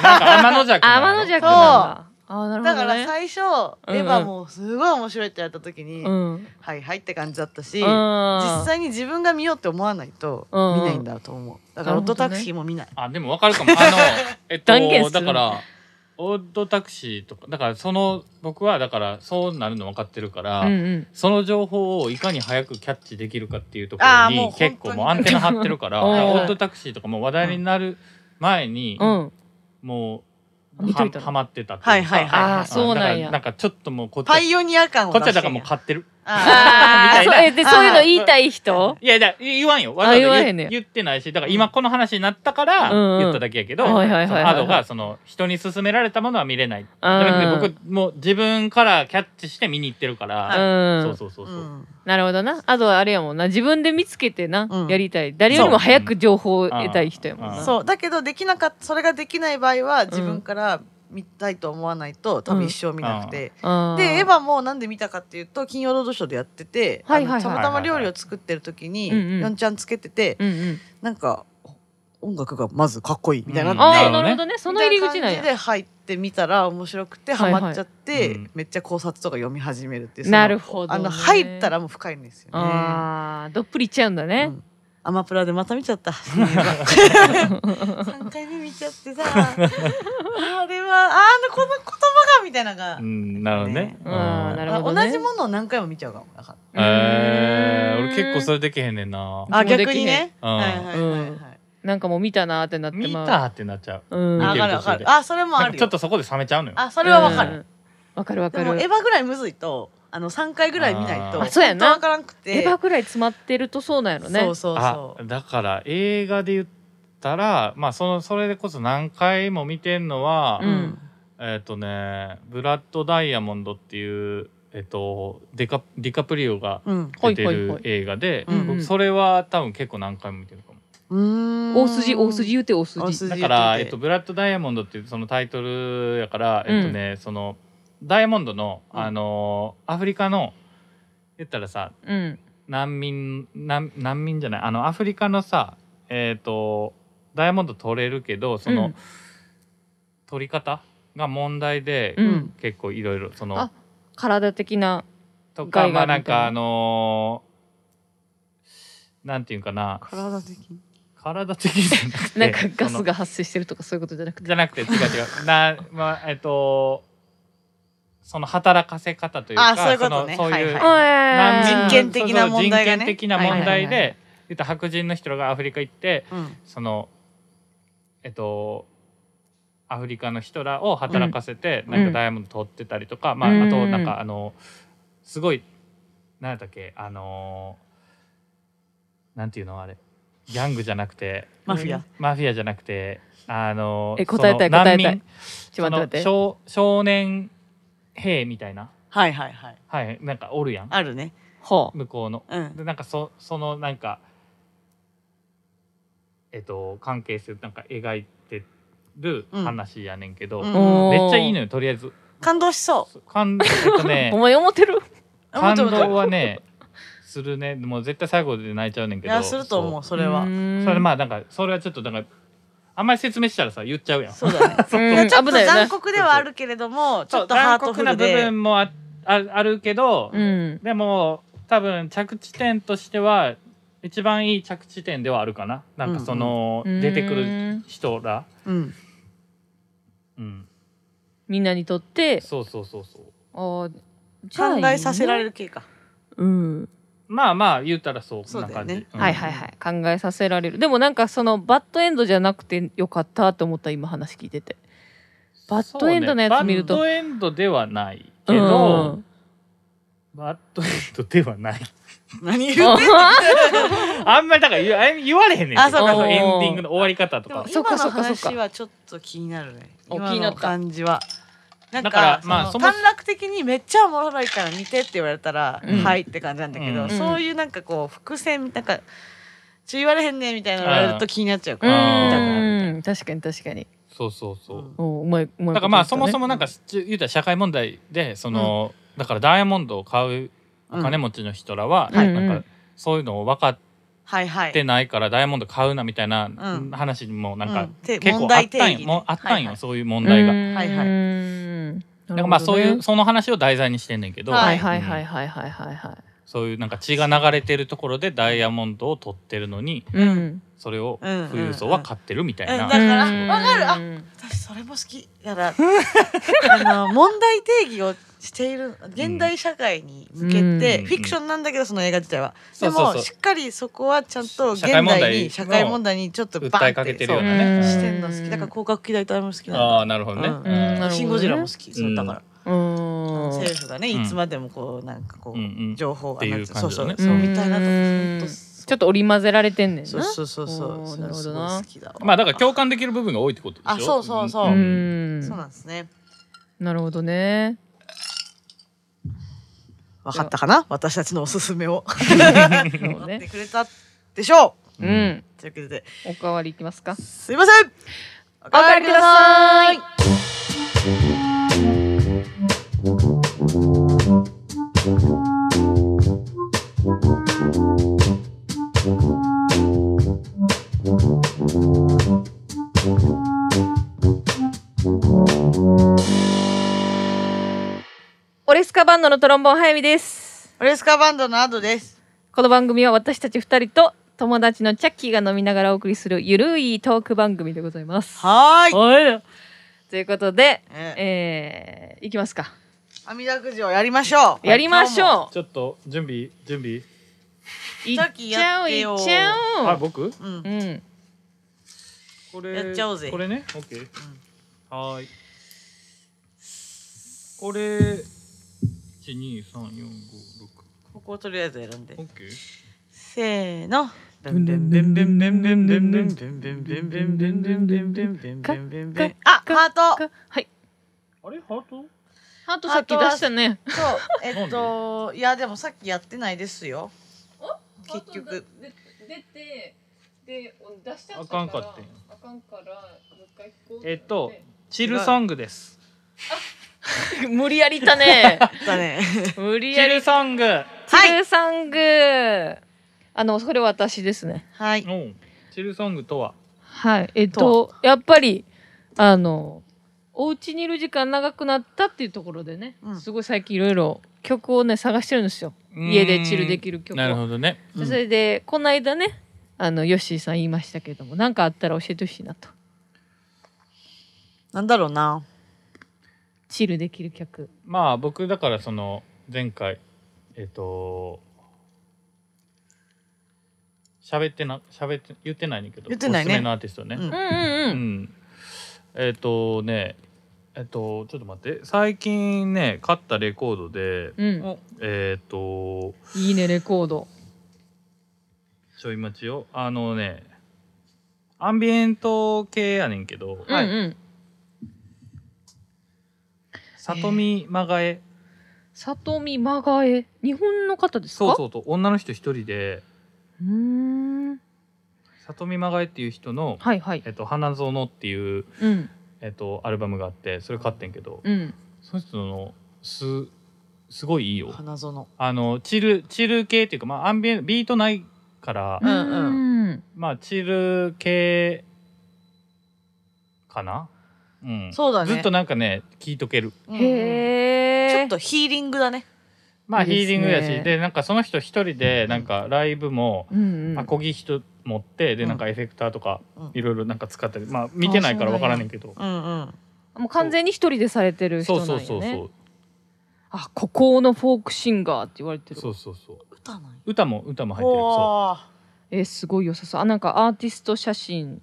S3: なんか天の
S1: ー、
S3: 弱なの
S1: 天の弱なんだあーなる
S2: だ
S1: ほ
S2: か
S1: ど
S2: ら
S1: ね
S2: 最初
S1: うん
S2: レバーもすごい面白いってやった時に、
S1: うん
S2: はいはいって感じだったし、
S1: 実
S2: 実際に自分が見ようって思わないと
S1: うん
S2: 見ないんだと思うだから
S1: なる
S2: オッ
S1: ほど
S2: ト
S1: ね
S2: タクシーも見ない
S3: あでもわかるか もあのえっと
S1: 断言する
S3: だからオットタクシーとかだからその僕はだからそうなるの分かってるから、
S1: うんうん
S3: その情報をいかに早くキャッチできるかっていうとこ
S2: あー
S3: ろ
S2: もう本
S3: に
S2: 当に
S3: 結構もうアンテナ張ってるから
S1: うん
S3: オ ートタクシーとかも話題になる前に
S1: うん
S3: もう
S1: 見といた
S3: は
S1: の
S3: はまってたって
S2: はいいう
S3: か
S2: はいはい
S1: あーそうなんや
S3: だからなんかちょっともうこっち
S2: パ
S3: は
S2: イオニア感を
S3: こ
S2: 出
S3: っ
S2: し
S3: ち
S2: て
S3: は
S2: ん
S3: だ
S2: や
S3: からもう買ってる
S2: あ
S1: あ
S3: みた
S1: ーそう
S3: いな
S1: えでそういうの言いたい人
S3: いやだ言わんよわざわ
S1: 言わ
S3: ざ
S1: へんねや
S3: 言言ってないしだから今この話になったから
S1: うんうん
S3: 言っただけやけど、
S1: はいはいはいはい
S3: そのアドがその人に勧められたものは見れない
S1: うん
S3: じゃなくて僕もう自分からキャッチして見に行ってるから、
S1: うん
S3: そうそうそう
S2: ー
S3: そう、
S2: うん
S1: なるほどなあとはあれやもんな自分で見つけてな、
S2: うん
S1: やりたい誰よりも早く情報を得たい人やもん
S3: う
S1: な、
S3: ん
S2: そうだけどできなかっそれができない場合は自分から見たいと思わないと多分一生見なくて、
S1: あー
S2: でエヴァもなんで見たかっていうと金曜ロードショーでやってて、
S1: はいはいはい
S2: あのたまたま料理を作ってる時に
S1: うんうん
S2: ヨンちゃんつけてて、
S1: うんうん
S2: なんか音楽がまずかっこいいみたいに
S3: うん
S2: なっ
S1: あ
S2: て、
S3: ー
S1: あなるほどねその入り口なん
S2: みたい感じ
S1: や
S2: で入ってみたら面白くて
S1: はい
S2: ハ
S1: はい
S2: マっちゃって、
S3: うん
S2: めっちゃ考察とか読み始めるっていうその
S1: なるほど、ね、
S2: あの入ったらもう深いんですよね。
S1: あーどっぷりいっちゃうんだ
S2: う
S1: ね、
S2: んアマプラでまた見ちゃ った。3回目見ちゃってさ、あれは、あの、この言葉が、みたいなのが
S3: う、んなるほどね
S2: ね。
S3: う
S1: あーなるほどね
S2: 同じものを何回も見ちゃうかも。だから
S3: えー、
S1: うーん
S3: 俺結構それできへんねんな。
S1: あ
S2: あ、
S1: 逆に
S2: 逆にね。
S3: うん
S2: はいはいはいはい。
S1: なんかもう見たなーってなって
S3: 見
S1: まう
S3: たってなっちゃう。
S1: うん
S2: あ
S3: 見
S2: わ
S3: て
S2: かるわかる
S3: る途中で。
S2: あ、それもあ
S3: なん
S2: る
S3: かちょっ
S2: よ。
S3: とそこで冷めちゃうのよ。
S2: あ、それはわか
S1: う
S2: る。
S1: んわかるわか
S2: で
S1: る
S2: も、エヴァぐらいむずいと、あの、3回ぐらい見ないと、
S3: あー
S1: あそうやな
S2: 本当わからんくて。
S1: エヴァぐらい詰まってるとそうなんやろね
S2: そうそう
S3: あ
S2: そう。
S3: だから映画で言ったらまあそのそれこそ何回も見てんのは、
S1: うん
S3: えっ、とね「ブラッド・ダイヤモンド」っていう、えっとデカディカプリオが
S2: うん。
S3: 出て
S1: ほいほいほ
S3: る
S1: い
S3: 映画で、
S2: うん
S1: うん
S3: 僕それは多分結構何回も見てるかも。
S2: うん。
S1: 大筋大筋言うて大筋
S2: 大筋
S3: だから「
S2: 言
S3: え
S2: うて
S3: っと、ブラッド・ダイヤモンド」っていうそのタイトルやから、えっとねそのダイヤモンドの、
S2: うん
S3: あのーアフリカの言ったらさ
S1: うん
S3: 難民難難民じゃないあのアフリカのさえっ、とダイヤモンド取れるけどその、
S1: うん
S3: 取り方が問題で、
S1: うん
S3: 結構いろいろそ
S1: あ
S3: の
S1: 体的な
S3: とか
S1: 害が
S3: ま
S1: あ
S3: あ
S1: る
S3: な
S1: みた
S3: ん
S1: いな
S3: かあのーなんていうんかな
S2: 体的に。
S3: 体的じゃなくて
S1: なんかガ
S3: そ
S1: ス
S3: の
S1: が発生してるとかそういうことじゃなくて
S3: じゃなくて違う違うなまあえっとその働かせ方というか
S2: あそういうことね
S3: そのそういう、
S2: はいは
S1: あー
S3: 難
S2: 人
S3: 民
S2: 権的な
S3: そうそう
S2: 問題がね
S3: 人権的な問題で、
S1: はいはいは
S3: 言ったら白人の人がアフリカ行って
S2: うん。
S3: そのえっとアフリカの人らを働かせて、
S1: うん
S3: なん
S1: う
S3: か
S1: ん
S3: ダイヤモンド取ってたりとか、ま
S1: うん
S3: あ、あとなんかあのすごい何だっけあのなんていうのあれギャングじゃなくて
S2: マフィア。
S3: マフィアじゃなくてあの
S1: え答えたい
S3: その
S1: 答えたい
S3: 難民
S1: ちょっと待って待っ
S3: そ
S1: て
S3: の少少年兵みたいな
S2: はいはいはい。
S3: はいなんかおるやん
S2: あるね。
S1: ほう
S3: 向こうの
S2: うん。
S3: でなんかそそのなんかえっと関係性なんか描いてる話やねんけど、
S2: うん
S1: おー
S3: めっちゃいいのよとりあえず
S2: 感動しそ
S3: 感 えっと ね
S1: お前思ってる
S2: う。思っ
S3: 感
S2: てる思ってる
S3: 動はねするねもう絶対最後で泣いちゃうねん
S2: い
S3: けど
S2: や、すると思う、それは。
S3: そうそれまあなんかそれはちょっとなんかあんまり説明したらさ言っちゃうやん
S2: そうだね。
S1: あ、うん
S2: いやちょっと
S1: 危ないよ
S2: 残
S1: ね
S2: 酷ではあるけれども、ちょっとハー
S3: 残
S2: ト
S3: 酷
S2: フ
S3: な
S2: ル
S3: 部
S2: で。
S3: 分もあああるけど、
S1: うん
S3: でも多分着地点としては一番いい着地点ではあるかななんかその、
S1: うん
S3: 出てくる人ら、
S2: うん。
S3: うん、
S1: みんなにとって
S3: そうそうそうそう
S1: あーじゃあ
S2: 考えさせられ
S1: る
S2: る系か。
S1: うん
S3: まあまあ言うたらそう
S2: そうだよ
S3: こんな感
S2: ね
S3: じ、うん
S1: はいはいはい考えさせられるでもなんかそのバッドエンドじゃなくてよかったと思った今話聞いててバッドエンドのやつ見ると
S3: そうねバッドエンドではないけど、
S1: うん
S3: バッドエンドではない
S2: 何
S1: あ
S2: 言う
S3: あんまりだから言わあ言われへんねんけど
S2: あそうか
S3: のエン
S1: おー
S3: ディングの終わり方と
S2: でも
S3: か
S1: そっ
S2: 今
S1: かそ
S2: の
S1: っかそっか
S2: 話はちょっと気になるね。
S1: お
S2: 今
S1: 気にな
S2: の
S1: った
S2: 感じは。なん
S3: だから
S2: か、
S3: まあ
S2: そ
S3: そ
S2: の
S3: も
S2: 短絡的にめっちゃおもろいから見てって言われたら
S1: うん、
S2: はいって感じなんだけ
S3: う
S2: ど、
S3: ん
S2: そういうなんかこう、伏線、なんか、ちょ言われへんねんみたいなの言われると気になっちゃうか
S1: う
S2: ら。
S3: あー
S1: ん確かに確かに
S3: そうそうそう、
S2: うん
S1: おううまいうまいこと言ったね
S3: だからまあそもそもなんか言うたら社会問題でその、だからダイヤモンドを買う
S2: うん
S3: 金持ちの人らは、
S1: うんはい
S3: なんかそういうのを分かっ
S2: はいはい。
S3: てないからダイヤモンド買うなみたいな
S2: うん
S3: 話にもなん
S2: う
S3: か
S2: んて
S3: 結構
S2: 問
S3: あ
S2: 題
S3: ったん
S2: 定
S3: よ、
S2: 義ね
S3: もうあったんよ、
S2: はいはい
S3: そういう問題が。
S1: うん
S2: はいはい
S1: な
S3: だ
S1: るほどね
S3: からまあそういうその話を題材にしてんねんけど、
S2: はい
S1: はいはいはい
S3: うん
S1: はいはいはいは
S3: そういうなんか血が流れてるところでダイヤモンドを取ってるのに
S1: いうん
S3: それを
S2: うん
S3: 富裕層は買ってるみたいな、
S2: うんだから
S1: うん
S2: わかるあ私それも好きだ からあの問題定義をしている現代社会に向けて、
S1: うん
S2: フィクションなんだけどその映画自体は、
S3: そうそうそう
S2: でもしっかりそこはちゃんと現
S3: 社会
S2: 代
S3: 問題
S2: に
S3: の
S2: 社会問題にちょっとバンって
S3: 訴えかけてるようなね。
S1: うん
S2: そう
S3: う
S2: し
S3: ん
S2: てんの好きだから広角機動隊も好き
S3: あ
S2: な
S3: あなるほど
S2: の、
S3: ね。
S1: うんなるほ
S2: う
S1: ど
S2: ん、
S1: ね
S2: シン・ゴジラも好き、そうだから、
S1: う
S2: あ
S1: ん
S2: の政府がね
S3: うん
S2: いつまでもこうなんかこう、
S3: うんうん
S2: 情報
S3: っていう感じだね
S2: そうそうそうみたいなと
S1: うん
S2: ほんと
S1: ちょっと織り交ぜられてんねんな
S2: そうそうそうそう
S1: おー
S2: そう
S1: なるほど
S2: すご
S1: ない
S2: 好きだわ
S3: まあだから共感できる部分が多いってことでしょ。
S2: あそうそうそう
S1: う
S3: うん
S1: ん
S2: そうなんですね
S1: なるほどね
S2: わかったかな私たちのおすすめを
S1: そう
S2: やっ
S1: ね
S2: てくれたでしょ
S1: う
S3: うん
S1: ん
S2: うということで
S1: おかわりいきますか
S2: すいませんお
S1: お帰りくださいオレスカバンドのトロンボン早見です
S2: オレスカバンドのアドです
S1: この番組は私たち二人と友達のチャッキーが飲みながらお送りするゆるいトーク番組でございます
S2: はーい
S1: はいということで、
S2: え
S1: えー、いきますか。
S2: 網だくじをやりましょう
S1: やりまし
S2: 今
S1: ょ
S3: ちょっと準備準備。
S1: う。い
S2: 今
S1: っ
S2: 日も
S1: ちゃう、いっちゃ
S3: あ
S1: う。
S3: 僕？
S2: 日もうん
S1: うん。
S3: これ
S2: やっちゃおうぜ
S3: これね。オッケー。はーい。これ一二三四五六。
S2: ここをとりあえず選んで
S3: オッケー。
S2: せーのあハート
S1: はい。
S3: あれハート？
S1: ハートさっき出したね。
S2: そうえっといやでもさっきやってないですよ結局。
S1: 出て、で、出しち
S3: ゃったからあかんかってん
S1: あかんから、もう一回こ
S3: えっとチルソングです。
S1: 無理やりたね。
S2: だね
S1: 無理
S3: チ
S1: やり
S3: ル。ソング。
S1: チルサング。あの、それは私ですね。
S2: はい
S3: うん。チルソングとは。
S1: はい。えっと、やっぱり、あの、お家にいる時間長くなったっていうところでね、
S2: うん
S1: すごい最近いろいろ曲をね、探してるんですよ。家でチルできる曲を
S3: なるほどね。
S2: うん
S1: それで、この間ね、あの、ヨッシーさん言いましたけども、何かあったら教えてほしいなと。
S2: なんだろうな
S1: チルできる曲。
S3: まあ僕だからその前回えっ、と喋ってな喋って言ってないねんけど
S2: 言ってないね
S3: おすすめのアーティストね、
S2: うん
S1: うんうん
S3: う
S1: うん。
S3: んえっ、とねえっ、とちょっと待って最近ね買ったレコードで
S1: うん、
S3: えっ、と
S1: いいねレコード。
S3: ちょい待ちよあのねアンビエント系やねんけど、
S1: うんうん。
S3: 里見真がえ
S1: 里見真がえ、日本の方ですか。
S3: そうそうそう女の人一人で
S1: うーん。
S3: 里見真がえっていう人の
S1: はいはい
S3: 「え。っと花園」っていう
S1: うん。
S3: えっと、アルバムがあってそれ買ってんけど、
S1: うん。
S3: その人のすすごいいいよ
S2: 花園
S3: あのチルチル系っていうか、まあ、アンビエンビートないから、
S2: うんうん
S1: うん。
S3: まあチル系かな、うん、
S2: そうだね
S3: ずっとなんかね聴いとける
S1: へえ。
S2: ちょっとヒーリングだね
S3: まあ
S1: いいで
S3: ヒ
S1: すね
S3: ーリングやしで,、なんかその人一人でなんかライブも、
S1: うんうん。
S3: アコギ人持ってでなんかエフェクターとか
S2: うん
S3: いろいろなんか使ったり、まあ見てないからわからねんけど
S2: うんうん
S1: もう完全に一人でされてる人
S3: そう
S1: なんよ
S3: そう
S1: ね。
S3: そうそう
S1: あ、孤高のフォークシンガーって言われてる
S3: そ。うそうそう
S2: 歌ない
S3: 歌も歌も入ってるそう。
S2: おー
S1: えーすごい良さそう。あ、なんかアーティスト写真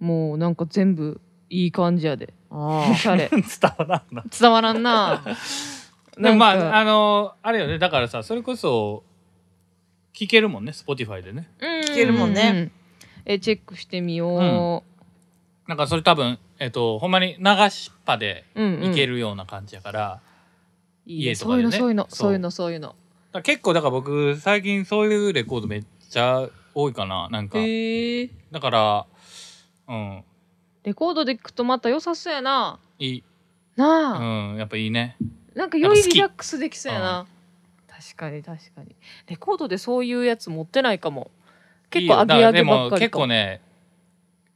S1: もうなんか全部いい感じやで。
S2: お
S1: お
S2: ー
S1: しゃれ
S3: 伝わらんな
S1: 伝わらんな。
S3: でもま
S1: なん
S3: あ
S1: か
S3: あのあれよねだからさそれこそ聞けるもんね Spotify でね
S1: 聞
S2: けるもんね。
S1: うえーチェックしてみよう。
S3: なんかそれ多分えっとほんまに流しっぱで
S1: うん、うん。
S3: いけるような感じやから,、
S1: いいね
S3: 家とかでね
S1: そういうのそういうの
S3: そう
S1: そういうのそういうの。
S3: 結構だから僕最近そういうレコードめっちゃ多いかななんか、
S1: へえ
S3: だからうん
S1: レコードで聞くとまた良さそうやない
S3: い、う
S1: なあ、
S3: ん、やっぱいいね
S1: なんかより
S3: なんか好き
S1: リラックスできそうやな確かに確かにレコードでそういうやつ持ってないかも
S3: い
S1: 結
S3: いよ
S1: 構上げ上げばっか
S3: だからでも
S1: り
S3: 結
S1: かも
S3: 構ね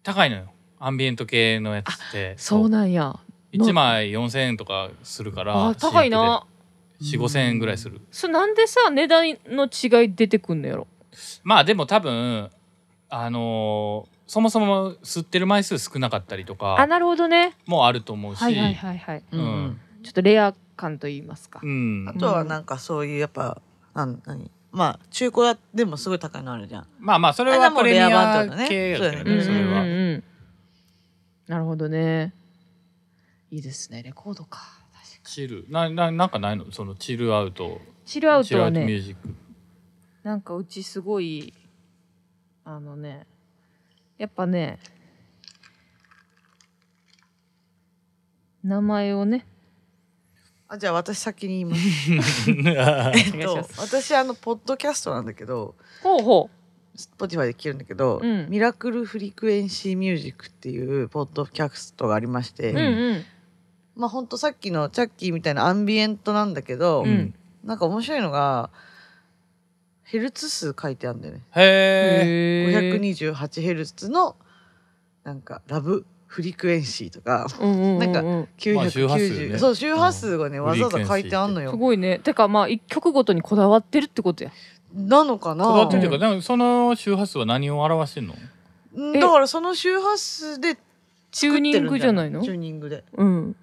S3: 高いのよアンビエント系のやつって
S1: そう
S3: な
S1: なんや
S3: 1枚4000円とかするから
S1: あ高いな
S3: 4 5 0 0円ぐらいする
S1: それなんでさ値段の違い出てくんのやろ
S3: まあでも多分あのーそもそも吸ってる枚数少なかったりと
S1: あ
S3: か
S1: なるほどね
S3: もあると思うし、
S1: はいはいはいはい
S2: うんうん
S1: ちょっとレア感と言いますか、
S3: うん
S2: あ、とはなんかそういうやっぱなん何まあ中古屋でもすごい高いのあるじゃん。
S3: まあまあそれはプレミア系やけど
S2: うん
S3: ね
S2: うん
S3: それ
S1: うんう
S3: は
S1: んうんなるほどねいいですねレコードか確かに
S3: チルなななんかないのそのチルアウト
S1: チルアウ
S3: チ
S1: ト
S3: ルア
S1: は
S3: ウトミュ
S1: ね
S3: ージック
S1: なんかうちすごいあのねやっぱね名前をね
S2: あじゃあ私先に言い ます。えっ
S1: お願いしま
S2: と
S1: す
S2: 私あのポッドキャストなんだけど、
S1: ほうほ
S2: Spotify で聴けるんだけど、
S1: うん
S2: ミラクルフリクエンシーミュージックっていうポッドキャストがありまして、
S1: う、
S3: ん
S1: うんうん
S2: まあほんとさっきのチャッキーみたいなアンビエントなんだけ
S1: う
S2: ど、
S3: うんん
S2: なんか面白いのがヘルツ数書いてあるんだよね。
S3: へえ
S1: へー
S2: 528Hz のなんかラブフリクエンシーとか
S1: うんうんうん
S2: なんか
S1: うん
S3: まあ周波数よ
S2: 990、
S3: ね
S2: そう周波数がね、
S3: うん
S2: わざわざ書いてあんの
S1: す
S2: よ。
S1: ごいねてかまあ一曲ごとにこだわってるってことや
S2: なのかな
S3: こだわってるっていううかでもその周波数は何を表してんの
S2: うん
S1: え
S2: だからその周波数で
S1: チュ
S2: 作
S1: ーニ
S2: ってるんだよ
S1: ングじゃないの
S2: チューニングで。
S1: うん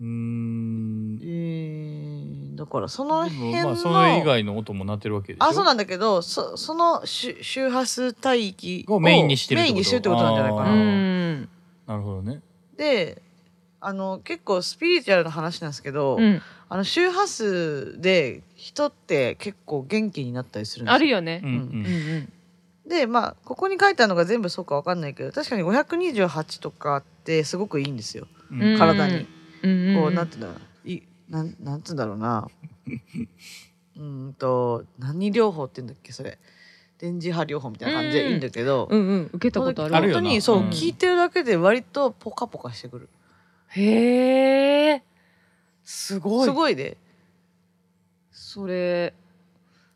S3: うーん
S2: えー、だからそ
S3: で
S2: の辺
S3: も
S2: の、
S3: ま
S2: あ、
S3: あそれ以外の音も鳴ってるわけでしょ
S2: そうなんだけどそその周周波数帯域
S3: をメインにしてるって
S2: メ
S3: こと
S2: インにしてるってことなんじゃないか
S1: う
S3: あ
S2: な
S3: ー
S1: ん
S3: なるほどね
S2: であの結構スピリチュアルな話なんですけど、
S1: うん
S2: あの周波数で人って結構元気になったりするんですよ
S1: あるよね
S3: うん
S1: うんうん
S2: でまあここに書いてあるのが全部そうかわかんないけど確かに528とかってすごくいいんですよ
S3: うん
S1: うん
S2: 体に、
S1: うんうん
S2: こうなんていうんだろういなんなんつうんだろうな うーんと何療法って言うんだっけそれ電磁波療法みたいな感じ
S1: うん
S2: でいいんだけど、
S1: うんうん受けたことある
S3: あるよ
S2: 本当に
S3: な
S2: そう、
S1: うん
S2: 聞いてるだけで割とポカポカしてくる
S1: へえすごい
S2: すごいで
S1: それ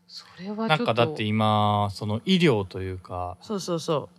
S1: それはちょ
S3: な
S1: っと
S3: んかだって今その医療というか
S2: そうそうそ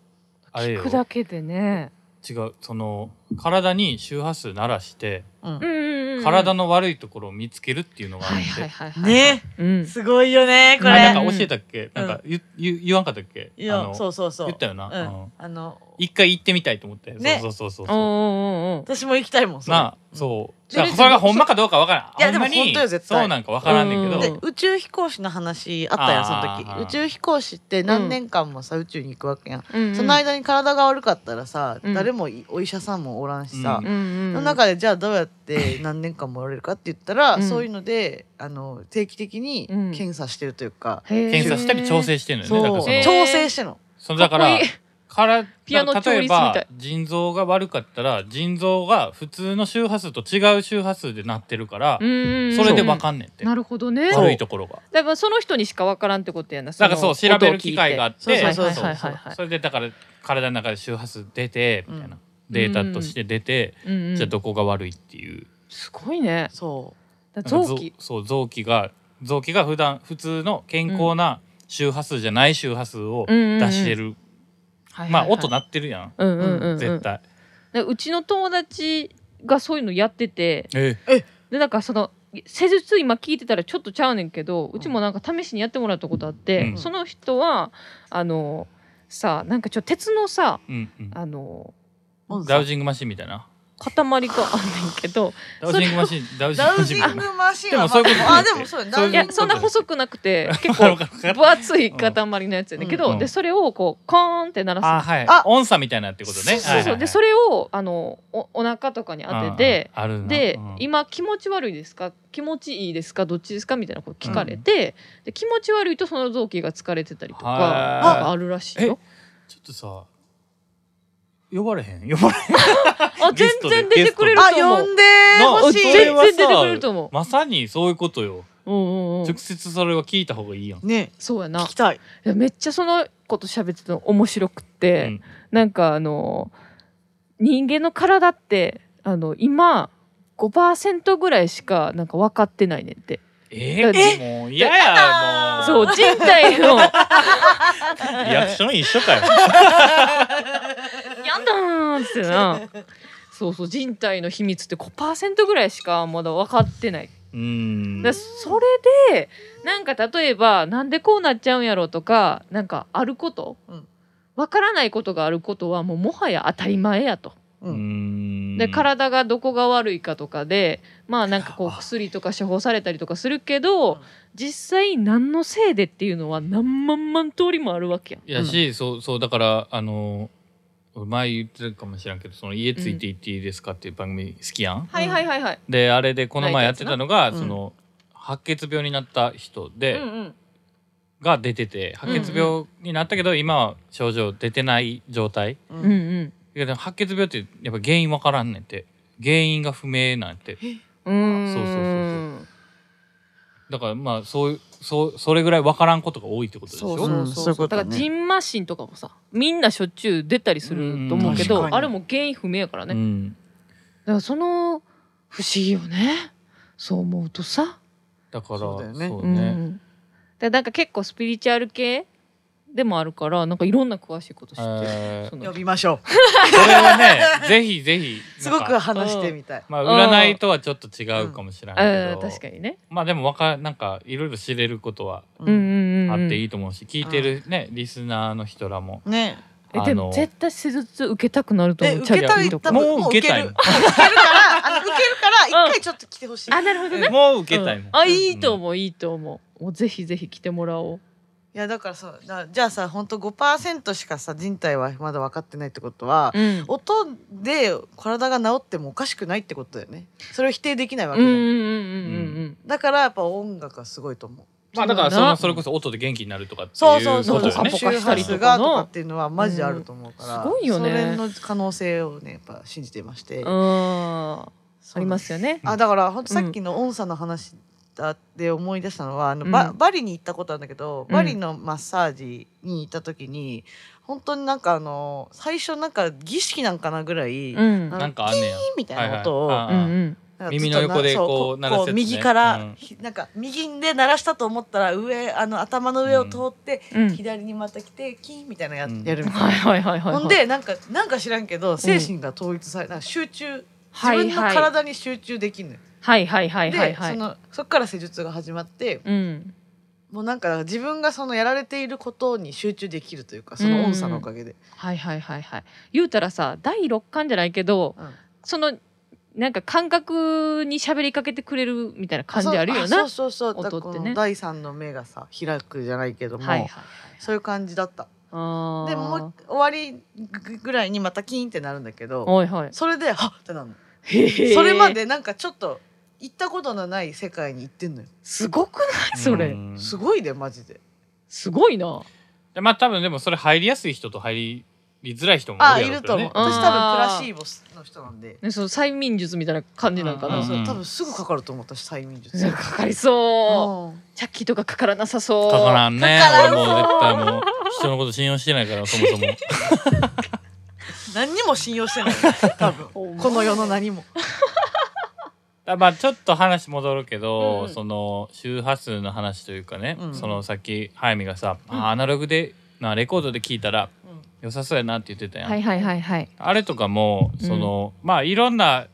S3: あれ
S1: 聞
S3: よ
S1: くだけでね
S3: 違うその体に周波数慣らして
S2: う、うん
S1: うんうんうん
S3: 体の悪いところを見つけるっていうのがある
S1: は
S3: ん
S1: い
S3: で、
S1: はいはいはい
S2: ね
S1: うん
S2: すごいよねこ
S1: まあ
S3: あ
S2: れ、
S3: なんか教えたっ
S2: う
S3: け、
S2: ん
S3: なんか言言言わんかったっけ
S2: いや
S3: あの
S2: そうそうそう
S3: 言ったよな、
S2: うん
S3: うん
S2: あの
S3: 一回行ってみたいと思って、
S2: ね
S3: そうそうそ
S1: おー
S3: うそう
S1: おーおーおー
S2: 私も行きたいもんそれ
S3: なあそう
S2: で
S3: だから
S2: 別に
S3: それがほんまかどうかわからん
S2: いやでも
S3: あんまに
S2: 本当よ絶対
S3: そうなんかわからんねんけ
S1: う
S2: で
S3: ど
S2: 宇宙飛行士の話あったやんその
S3: あ
S2: 時
S3: ー
S2: 宇宙飛行士って何年間もさ、宇宙に行くわけやん、
S1: うんうん
S2: その間に体が悪かったらさ、
S1: うん
S2: 誰もいお医者さんもおらんしさ
S1: う、んうん
S2: その中でじゃあどうやって何年間もおられるかって言ったら、
S1: うん
S2: そういうのであの定期的に
S1: うん
S2: 検査してるというか、
S1: 検
S3: 検査したり調整してんのよ
S2: そ
S3: ね
S2: う
S3: だからその
S1: へー
S2: 調整してんの
S3: そのだからから
S1: ピアノ調律みたい
S3: 例えば腎臓が悪かったら腎臓が普通の周波数と違う周波数でなってるから、それでわ
S1: っ
S3: かんねんって、
S1: なるほどね
S3: 悪いところが。
S1: だからその人にしかわからんってことやな
S3: だからそう調べる機会があって
S2: そうそうそう
S1: そうはいはいはいはい
S3: それでだから体の中で周波数出てみたいな、
S2: うん
S3: データとして出て、じ
S1: じ
S3: ゃあどこが悪いっていう
S1: すごいね
S2: そ
S1: だから
S3: なんか
S1: 臓器
S3: ぞそう臓器が臓器が普段普通の健康な周波数じゃない周波数を
S1: うんうんうん
S3: 出してる、まあ音なってるやん、
S1: うんうんうんうん
S3: 絶対。
S1: でうちの友達がそういうのやってて
S3: え
S1: でなんかその施術今聞いてたらちょっとちゃうねんけどうちもなんか試しにやってもらったことあって、
S3: うん
S1: その人はあのさなんかちょ鉄のさ
S3: うんうん
S1: あの
S2: う
S3: ダウジングマシンみたいな
S1: 塊があんねんけど
S3: ダウジングマシンダウジン
S2: ダ
S3: グ
S2: ウ
S3: マシ
S2: ジ
S3: ン
S2: ングマシンは
S3: み たいなでもそういうこと
S2: まああでもそうや
S3: そう
S1: い
S3: いう
S1: や
S3: こと
S1: そんな細くなくて 結構
S3: わかるわかる
S1: 分厚い塊のやつやねんけど、
S3: うん
S1: でそれをこうコーンって鳴らすの
S3: あはい
S2: あ
S3: 音差みたいなってことね
S1: そうそうそうでそ
S3: れ
S1: れをあのおお腹とかに当てて、
S3: あるな
S1: で、
S3: うん
S1: 今気持ち悪いですか気持ちいいですかどっちですかみたいなこと聞かれて、で気持ち悪いとその臓器が疲れてたりとか
S3: はい
S1: なんかあるらしいよ。
S3: ちょっとさ呼ばれへん呼ばれへん
S1: あ全
S3: ゲストで
S1: 然出てくれる
S2: あ
S1: と
S2: 呼。
S1: 思うん
S2: で
S3: な
S2: ほ
S1: あ
S2: し
S1: 全
S3: それ
S2: い
S3: はさ
S1: 然出てくれると思
S3: まさにそういうことよ
S1: う。うんうんうん
S3: 直接それは聞いた方がいいやん。
S2: ね
S1: そうやな
S2: 聞きたい
S1: いやめっちゃそのこと喋ってたの面白くって、
S3: うん
S1: なんかあの人間の体ってあの今5%ぐらいしかなんか分かってないねんって
S3: え
S1: だ
S3: ー、もう嫌やもう。
S1: そう人体のや
S3: リアクション一緒かよ。
S1: だーんってな そうそう人体の秘密って5%ぐらいしかまだ分かってない
S3: うん。
S1: だそれでなんか例えばなんでこうなっちゃうんやろとかなんかあること
S2: うん
S1: わからないことがあることはもうもはや当たり前やと。
S2: う
S3: うん
S1: で体がどこが悪いかとかでまあなんかこう
S3: あ
S1: 薬とか処方されたりとかするけど
S2: うん
S1: 実際何のせいでっていうのは何万万通りもあるわけやん。
S3: いやし、そうそうだからあの前言ってるかもしれんけどその家ついて行っていいですかっていう番組好きやん。
S1: はいはいはいはい。
S3: であれでこの前やってたのが、
S2: うん
S3: その白血病になった人
S1: うん
S3: で、
S1: うん
S3: が出てて白血病になったけど、今は症状出てない状態。
S1: うんうん
S3: いやでも白血病ってやっぱ原因わからんねんって原因が不明なんて
S1: うーん。
S3: そうそうそうだからまあそういうそうそれぐらいわからんことが多いってことでし
S1: そう
S3: ょ
S2: う
S1: そうんそう
S2: そういうことね
S1: だからジンマシンとかもさみんなしょっちゅう出たりすると思うけ
S2: うん
S1: ど
S2: 確かに
S1: あれも原因不明やからね、
S3: う
S1: だ
S3: ん、
S1: からその不思議よねそう思うとさ
S3: だから
S2: そうだよね
S3: そう
S1: う
S3: ね
S1: ん、でなんか結構スピリチュアル系でもあるからなんかいろんな詳しいこと知ってる、
S3: え
S1: そ
S3: ー
S2: 呼
S1: の
S2: びましょ
S3: それはねぜひぜひ
S2: うす
S3: なん
S2: ご
S3: か
S2: く話してみたい
S3: まあ占いとはちょっと違うかもしれない
S1: あ
S3: けど
S1: 確かにね、
S3: まあでもわかなんかいろいろ知れることは
S1: うんうんうん
S3: あ
S1: うん、
S3: っていい
S1: い
S3: と思うし、聞いてるねリスナーの人らも
S2: ね
S1: えでも
S3: あの
S1: 絶対手術受けたくなると思
S2: え
S1: う
S2: 受けたい
S1: と
S2: 多
S1: か
S2: 分
S3: もう受けたい
S2: もう受ける受けるからあの受けるから一回ちょっと来てほしい、
S1: あ
S2: い
S1: なるほどね、
S3: もう受けたいもん、
S1: うんあいいと思ういいと思うもうぜひぜひ来てもらおう
S2: やだからそうだじゃあさ本当5%しかさ人体はまだ分かってないってことは、
S1: うん
S2: 音で体が治ってもおかしくないってことだよねそれを否定できないわ
S1: う
S2: け
S1: んうん
S2: だ,、
S1: うんうんうんうん
S2: だからやっぱ音楽はすごいと思う
S3: まあだから
S1: そう
S3: そ
S1: だな
S3: のそれこそ音で元気になるとかっていう
S2: そ
S3: こ
S2: うそうそう
S3: と
S1: ポ
S3: よ
S1: カ
S3: ね
S1: ポカしたりと
S2: 周波数が
S1: か
S2: とか
S1: の
S2: っていうのはマジあると思うから、
S1: うんすごいよね
S2: それの可能性をねやっぱ信じていまして、
S1: うんあ
S2: そう
S1: りますよね
S2: あだから本当さっきの音差の話だって思い出したのは、あのバ
S1: うん
S2: バリに行ったことあるんだけど、
S1: うん
S2: バリのマッサージに行った時に本当になんかあの最初なんか儀式なんかなぐらい、
S1: う
S2: ピー
S1: ん
S3: なんかあんねや
S2: みたいな音を、
S3: はいはいあ
S1: うんうん
S2: なんかずっと
S3: 耳の横で
S2: そう
S3: こう鳴らすやつね
S2: 右から、
S3: うん
S2: ひなんか右で鳴らしたと思ったら上あの頭の上を通って、
S1: うん
S2: 左にまた来てキーンみたいなのや,、
S3: うん
S2: やるみたいな。
S1: はいはいはいはいはい
S2: ほんでなんかなんか知らんけど精神が統一されなんか集中自
S1: はいはい
S2: 分の体に集中できんのよ。
S1: はいはいはいはい
S2: で
S1: は
S2: そ
S1: い
S2: のそっから施術が始まって
S1: うん
S2: もうなんか自分がそのやられていることに集中できるというかその音差のおかげで。
S1: はいはいはいはい言うたらさ第六感じゃないけど
S2: うん
S1: そのなんか感覚に喋りかけてくれるみたいな感じあるよ
S2: そ
S1: な
S2: うそうそうそうだから
S1: 音ってね
S2: この第三の目がさ開くじゃないけども、
S1: はいはい
S2: そういう感じだった。
S1: あー
S2: でもう終わりぐらいにまたキーンってなるんだけど
S1: はいはい
S2: それで「はっ!」ってなるの。
S1: へー
S2: それまでなんかちょっと行ったことのない世界に行ってんのよ。
S1: すごくないそれ
S3: うん
S2: すごいでマジで。
S1: すごいな
S3: でまあ多分でもそれ入りやすい人と入りづらい人も
S2: あ
S3: い
S2: い
S3: るや
S2: る
S3: ろ
S2: と
S3: うけ
S2: 思う
S3: ど
S1: あ
S3: ね。
S1: ー
S2: 私多分プラシーボの人なんで、
S1: ねその催眠術みたいな感じなんか
S2: あの
S1: な
S3: うん
S2: そう多分すぐかかると思ったし催眠術。
S1: なんかかかりそう
S2: うん
S1: チャッキーとかかからなさそう
S3: かからんね。
S2: かから
S3: 俺
S2: ん
S3: もう絶対もう人のこと信用してないからそ もそも。
S2: 何にも信用してない。 多分この世の何も。
S3: あまあちょっと話戻るけど、
S1: うん
S3: その周波数の話というかね、
S2: うん
S3: そのさっき早見がさ、あアナログでなレコードで聞いたら良さそうやなって言ってたやん。
S1: はいはいはいはい
S3: あれとかもその、まあいろんな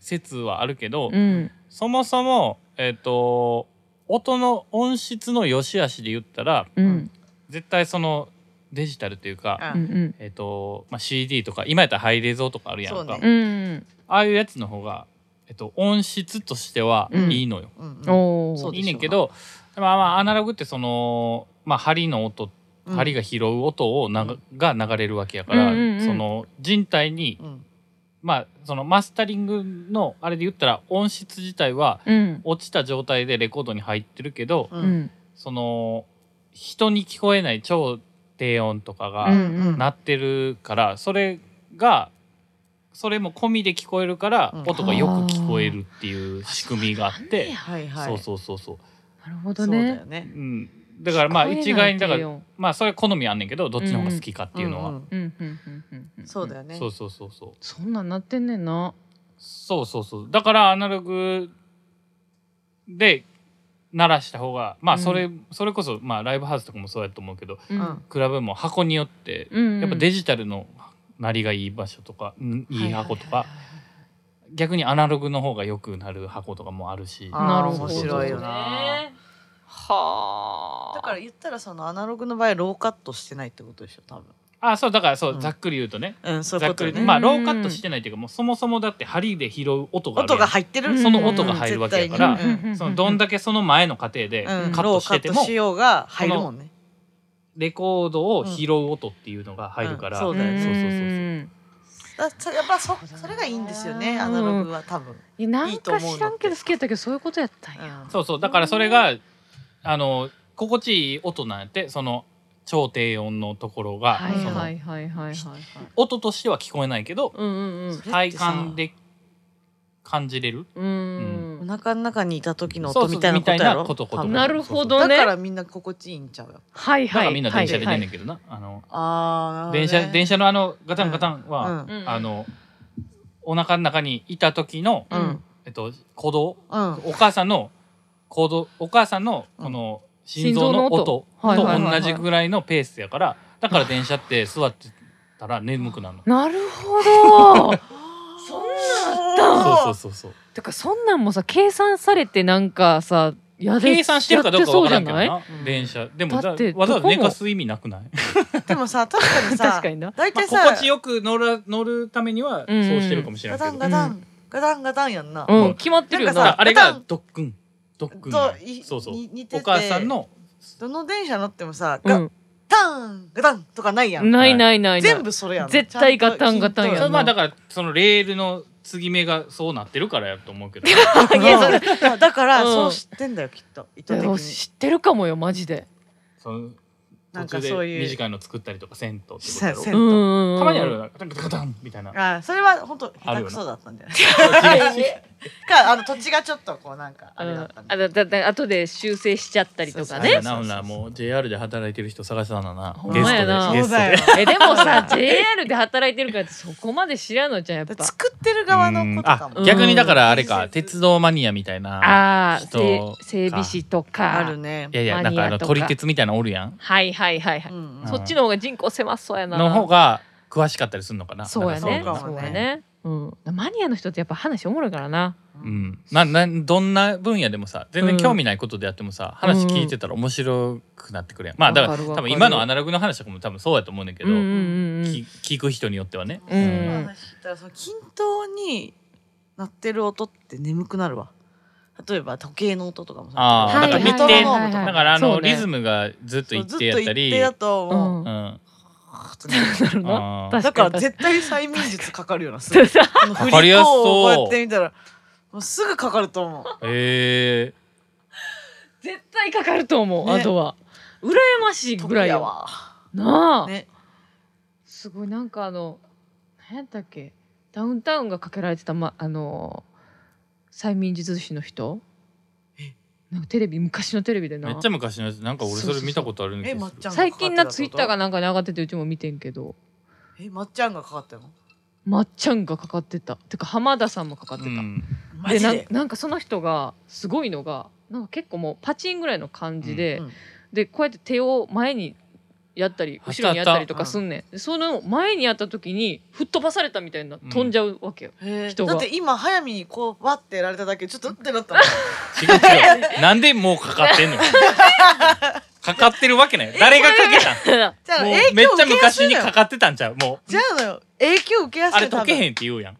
S3: 説はあるけど、
S1: うん
S3: そもそもえっ、と音の音質の良し悪しで言ったら
S1: うん
S3: 絶対そのデジタルというか。
S1: うんうん
S3: えっとまあ、CD とか今やったらハイレゾとかあるやん
S2: そ
S3: か、
S2: う
S1: う
S2: ね
S1: ん
S3: ああいうやつの方が、えっと、音質としてはいいのよ、
S2: うんうん
S1: お
S2: そう
S1: お
S2: で
S3: い
S2: しょ
S3: いねんけどまあまあアナログってその、まあ、針の音
S2: うん
S3: 針が拾う音をなが,、が流れるわけやから、
S1: うんうんうん
S3: その人体に、
S2: うん
S3: まあ、そのマスタリングのあれで言ったら音質自体は
S1: うん
S3: 落ちた状態でレコードに入ってるけど、
S2: う
S1: うんん
S3: その人に聞こえない超低音とか
S1: う
S3: が
S1: んうん
S3: 鳴ってるから、それがそれも込みで聞こえるから
S2: うん
S3: 音がよく聞こえるっていう仕組みがあって、
S2: はいはい。
S3: そうそうそうそう
S1: なるほ
S2: そ
S1: ど
S2: うだ
S1: ね。
S2: よ
S3: う
S2: ね。
S3: ん、だからまあ一概にだから
S1: うん
S3: まあそれ好みあんねんけどどっちの方が好きかっていうのは、
S2: んん
S1: うんうんうんうん。
S2: そうだよね
S3: そうそうそうそう
S1: そんなんなってんねんな。
S3: そうそうそうだからアナログで鳴らした方がまあそれ、それこそまあライブハウスとかもそうやと思うけど
S1: うんん。
S3: クラブも箱によって
S1: うん。
S3: やっぱデ
S1: ジ
S3: ジタルの鳴りがいい場所とか、んいい箱とか逆にアナログの方がよくなる箱とかもあるし
S2: あー
S1: なるほど。
S2: 面白いよな。
S1: はあ。
S2: だから言ったらそのアナログの場合ローカットしてないってことでしょ多分。
S3: あそうだからそう、
S2: うん
S3: ざっくり言うとね
S2: うんそういう
S3: ざっ
S2: こと
S3: く
S2: よ
S3: り、
S2: ね。
S3: まあ
S1: うん
S3: ローカットしてないっていうかもうそもそもだって針で拾う音がある
S2: 音
S3: や
S2: が
S3: ん
S2: 入ってる
S3: その音が入るわけやから
S2: うんうん
S3: そのどんだけその前の過程で
S2: うん
S3: カットしてて
S2: ローカッ
S3: も
S2: トしようが入るもんね。
S3: レコードを拾う音っていうのが入るから、
S2: うんそうだよね
S3: そうそうそうそう
S2: だそやっぱそそれがいいんですよね
S1: うん
S2: アナログは多分。
S1: いやなんか知らんけ
S2: いいと思うのって
S1: ど好きやったけどそういうことやったんや。
S3: そうそうだからそれがあの心地いい音なんやってその超低音のところが、
S1: はい
S3: そ
S1: は
S3: の
S1: いはいはいはいはい。
S3: 音としては聞こえないけど
S1: うんうんうん。
S3: 体感で感じれる
S1: う
S2: うん
S1: ん
S2: お。腹の中にいた時の
S3: そう
S2: 音
S3: そう
S2: みたいなことやろ。
S3: みたいなことこと
S2: 多分
S1: なるほ
S2: だ
S1: どね。
S2: からみんな心地いいんちゃうよ。
S1: はい
S3: だか
S1: は
S3: ら
S1: い。
S3: みんな電車で出んね
S1: は
S3: んけどな、あの
S2: ああ、
S3: 電車電
S2: 車
S3: 車のあのガタンガタンは、
S1: いはいうん
S3: あのお腹の中にいた時の、
S2: うんうん
S3: えっと、鼓動
S2: うん
S3: お母さんの行動お母さんのこの心臓の音と
S1: 心臓の音はいはいはいは
S3: 同
S1: い
S3: じぐらいのペースやからだから電車って座ってたら眠くなるの。
S1: なるほど。そん
S2: な
S3: そうそうそうそう。
S1: てかそんなんもさ計算されてなんかさやで
S3: 計算してるかどうかわからんけど
S1: やっ
S3: な
S2: てそうじゃない
S3: 電車でもだ
S1: だ
S3: わ
S1: って
S3: ざわざ
S1: どこも
S3: 寝かす意味なくない
S2: でもさ確かに
S1: てそうじゃん
S2: さ
S1: 確かにな
S2: 大
S3: まあ
S2: 体さ、
S3: 心地よく乗る乗るためにはそうしてるかもしれ
S2: ガ
S3: んけ
S2: タ
S3: ど
S2: ン
S3: だ
S2: ガタン、
S3: か
S2: ガタンガタンやんな。
S1: う
S3: そうん
S1: 決まってるよ
S2: なんか
S1: な
S2: さ
S3: らあれ
S2: ガタ
S3: が
S2: ン
S3: ドックンドックン
S2: と
S3: なん
S2: い
S3: やそうそう
S2: に似て
S3: お
S2: て
S3: 母さんの
S2: どの電車乗ってもさ、
S1: う
S2: ガ
S1: ん
S2: タンガタンとかないやん。
S1: ないないないない
S2: 全部それやん。
S1: 絶対ガタンガタンやん
S3: そ
S1: な
S3: れまあだからそのレールの継ぎ目がそうなってるからやと思 うけど
S2: ら。いやそれだから、
S1: うん
S2: そう知ってんだよきっと意図的
S1: いや
S2: に。
S1: 知ってるかもよマジで
S3: その
S2: なん
S3: 途
S2: か
S3: 中で
S2: そういう
S3: 短いの作ったりとか銭湯ってことやろ
S2: せ
S1: うんうんうん
S3: たまにあ るよなガタンガタンガタンみたいな
S2: あーそれは本当下手くそだったんじゃない。 かあの土地がちょっとこうなんかあ
S1: う
S2: れだ
S1: ん
S2: ったん
S1: あだだだ後で修正しちゃったりとか
S3: あれ
S1: ね
S3: やなほんならもう JR で働いてる人探したんだな
S1: ほん
S3: ゲ
S1: まやな
S3: ストでゲス
S2: そう
S3: ト
S2: だ
S3: で
S2: よ
S1: えでもさ JR で働いてるからってそこまで知らんのじゃんやっぱ
S2: 作ってる側のことか
S3: う
S2: も
S3: んあ逆にだからあれか鉄道マニアみたい
S1: あ
S3: な
S1: あ
S3: 人
S1: 整備士とか
S2: あるね
S3: いやいやなん
S1: マ
S3: かあ
S1: ニア
S3: の
S1: とか
S3: 撮り鉄みたいなのおるやん
S1: はいはいはいはい、
S2: うん
S3: うん
S1: そっちの方が人口狭そうやな
S3: の方が詳しかったりするのかな
S1: そうやね
S3: なんか
S2: そう
S1: そ
S2: かもね
S1: うやねうんマニアの人ってやっぱ話おもろいからな
S3: うんななどんな分野でもさ全然興味ないことでやってもさ、
S1: うん
S3: 話聞いてたら面白くなってくるやんまあだから
S1: わかるわ
S3: 多
S1: かる
S3: 分今のアナログの話とかも多分そうやと思うねんだけど、
S1: うんうんうんうん
S3: き聞く人によってはね、
S1: うん
S2: その話聞いたらその均等に鳴ってる音って眠くなるわ例えば時計の音とかも
S3: あー
S2: なんか
S3: はいはい
S2: メトロノームと
S1: はい
S3: だ
S2: か
S3: からあ
S1: そ
S3: の、
S1: うね
S3: リズムがずっと
S2: そうず
S3: 一
S2: っと
S3: 定やった
S2: 一
S3: り
S2: 定だと
S1: う、
S2: もうん
S3: う
S1: なんるな
S3: あー
S1: 確
S2: だから
S1: に
S2: 絶対催眠術かかるようなすぐ
S1: 確かに
S2: この振り
S3: かかりやす
S2: 子
S3: そ
S2: を
S3: う
S2: こうやってみたらもうすぐかかると思う
S3: え
S1: 絶対かかると思う、
S2: ね
S1: あとは羨ましいぐ
S2: 得
S1: らい
S2: や
S1: よ
S2: わ
S1: なあ、
S2: ね
S1: すごいなんかあの何やったっけダウンタウンがかけられてた、ま、あの催眠術師の人なんかテレビ昔のテレビで
S3: ー、
S1: な
S3: めっちゃ昔のやつなんか俺それ見たことあるんです
S2: え
S3: よ
S2: まっちゃんが
S1: 最近なツイッター
S2: が
S1: がなんかに上がっててうちも見てんけど
S2: えまっちゃんがかかったの
S1: まっちゃんがかかってたてか浜田さんもかかってた、
S2: マ
S1: で
S2: ジ
S1: な
S2: で
S1: なんかその人がすごいのがなんか結構もうパチンぐらいの感じで、
S2: うん
S1: でこうやって手を前にやったり
S3: あった
S1: 後ろにやったりとかすんねんでその前にやった時に吹っ飛ばされたみたいな
S3: うん
S1: 飛んじゃうわけよ、
S2: へー
S1: 人が
S2: だって今早見にこうバッてやられただけでちょっとってな ったもん
S3: 違う違うなんでもうかかってんのかかってるわけない誰がかけたん
S2: じゃあ
S3: も
S2: 影
S3: うめっ
S2: 響
S3: ち
S2: 受
S3: ゃ
S2: けやす
S3: 昔
S2: いの
S3: に
S2: よ
S3: かかってたんちゃうもう
S2: じゃあのよ影響受けやすい
S3: あれ
S2: 多
S3: 溶
S2: 分
S3: けへんって言うやん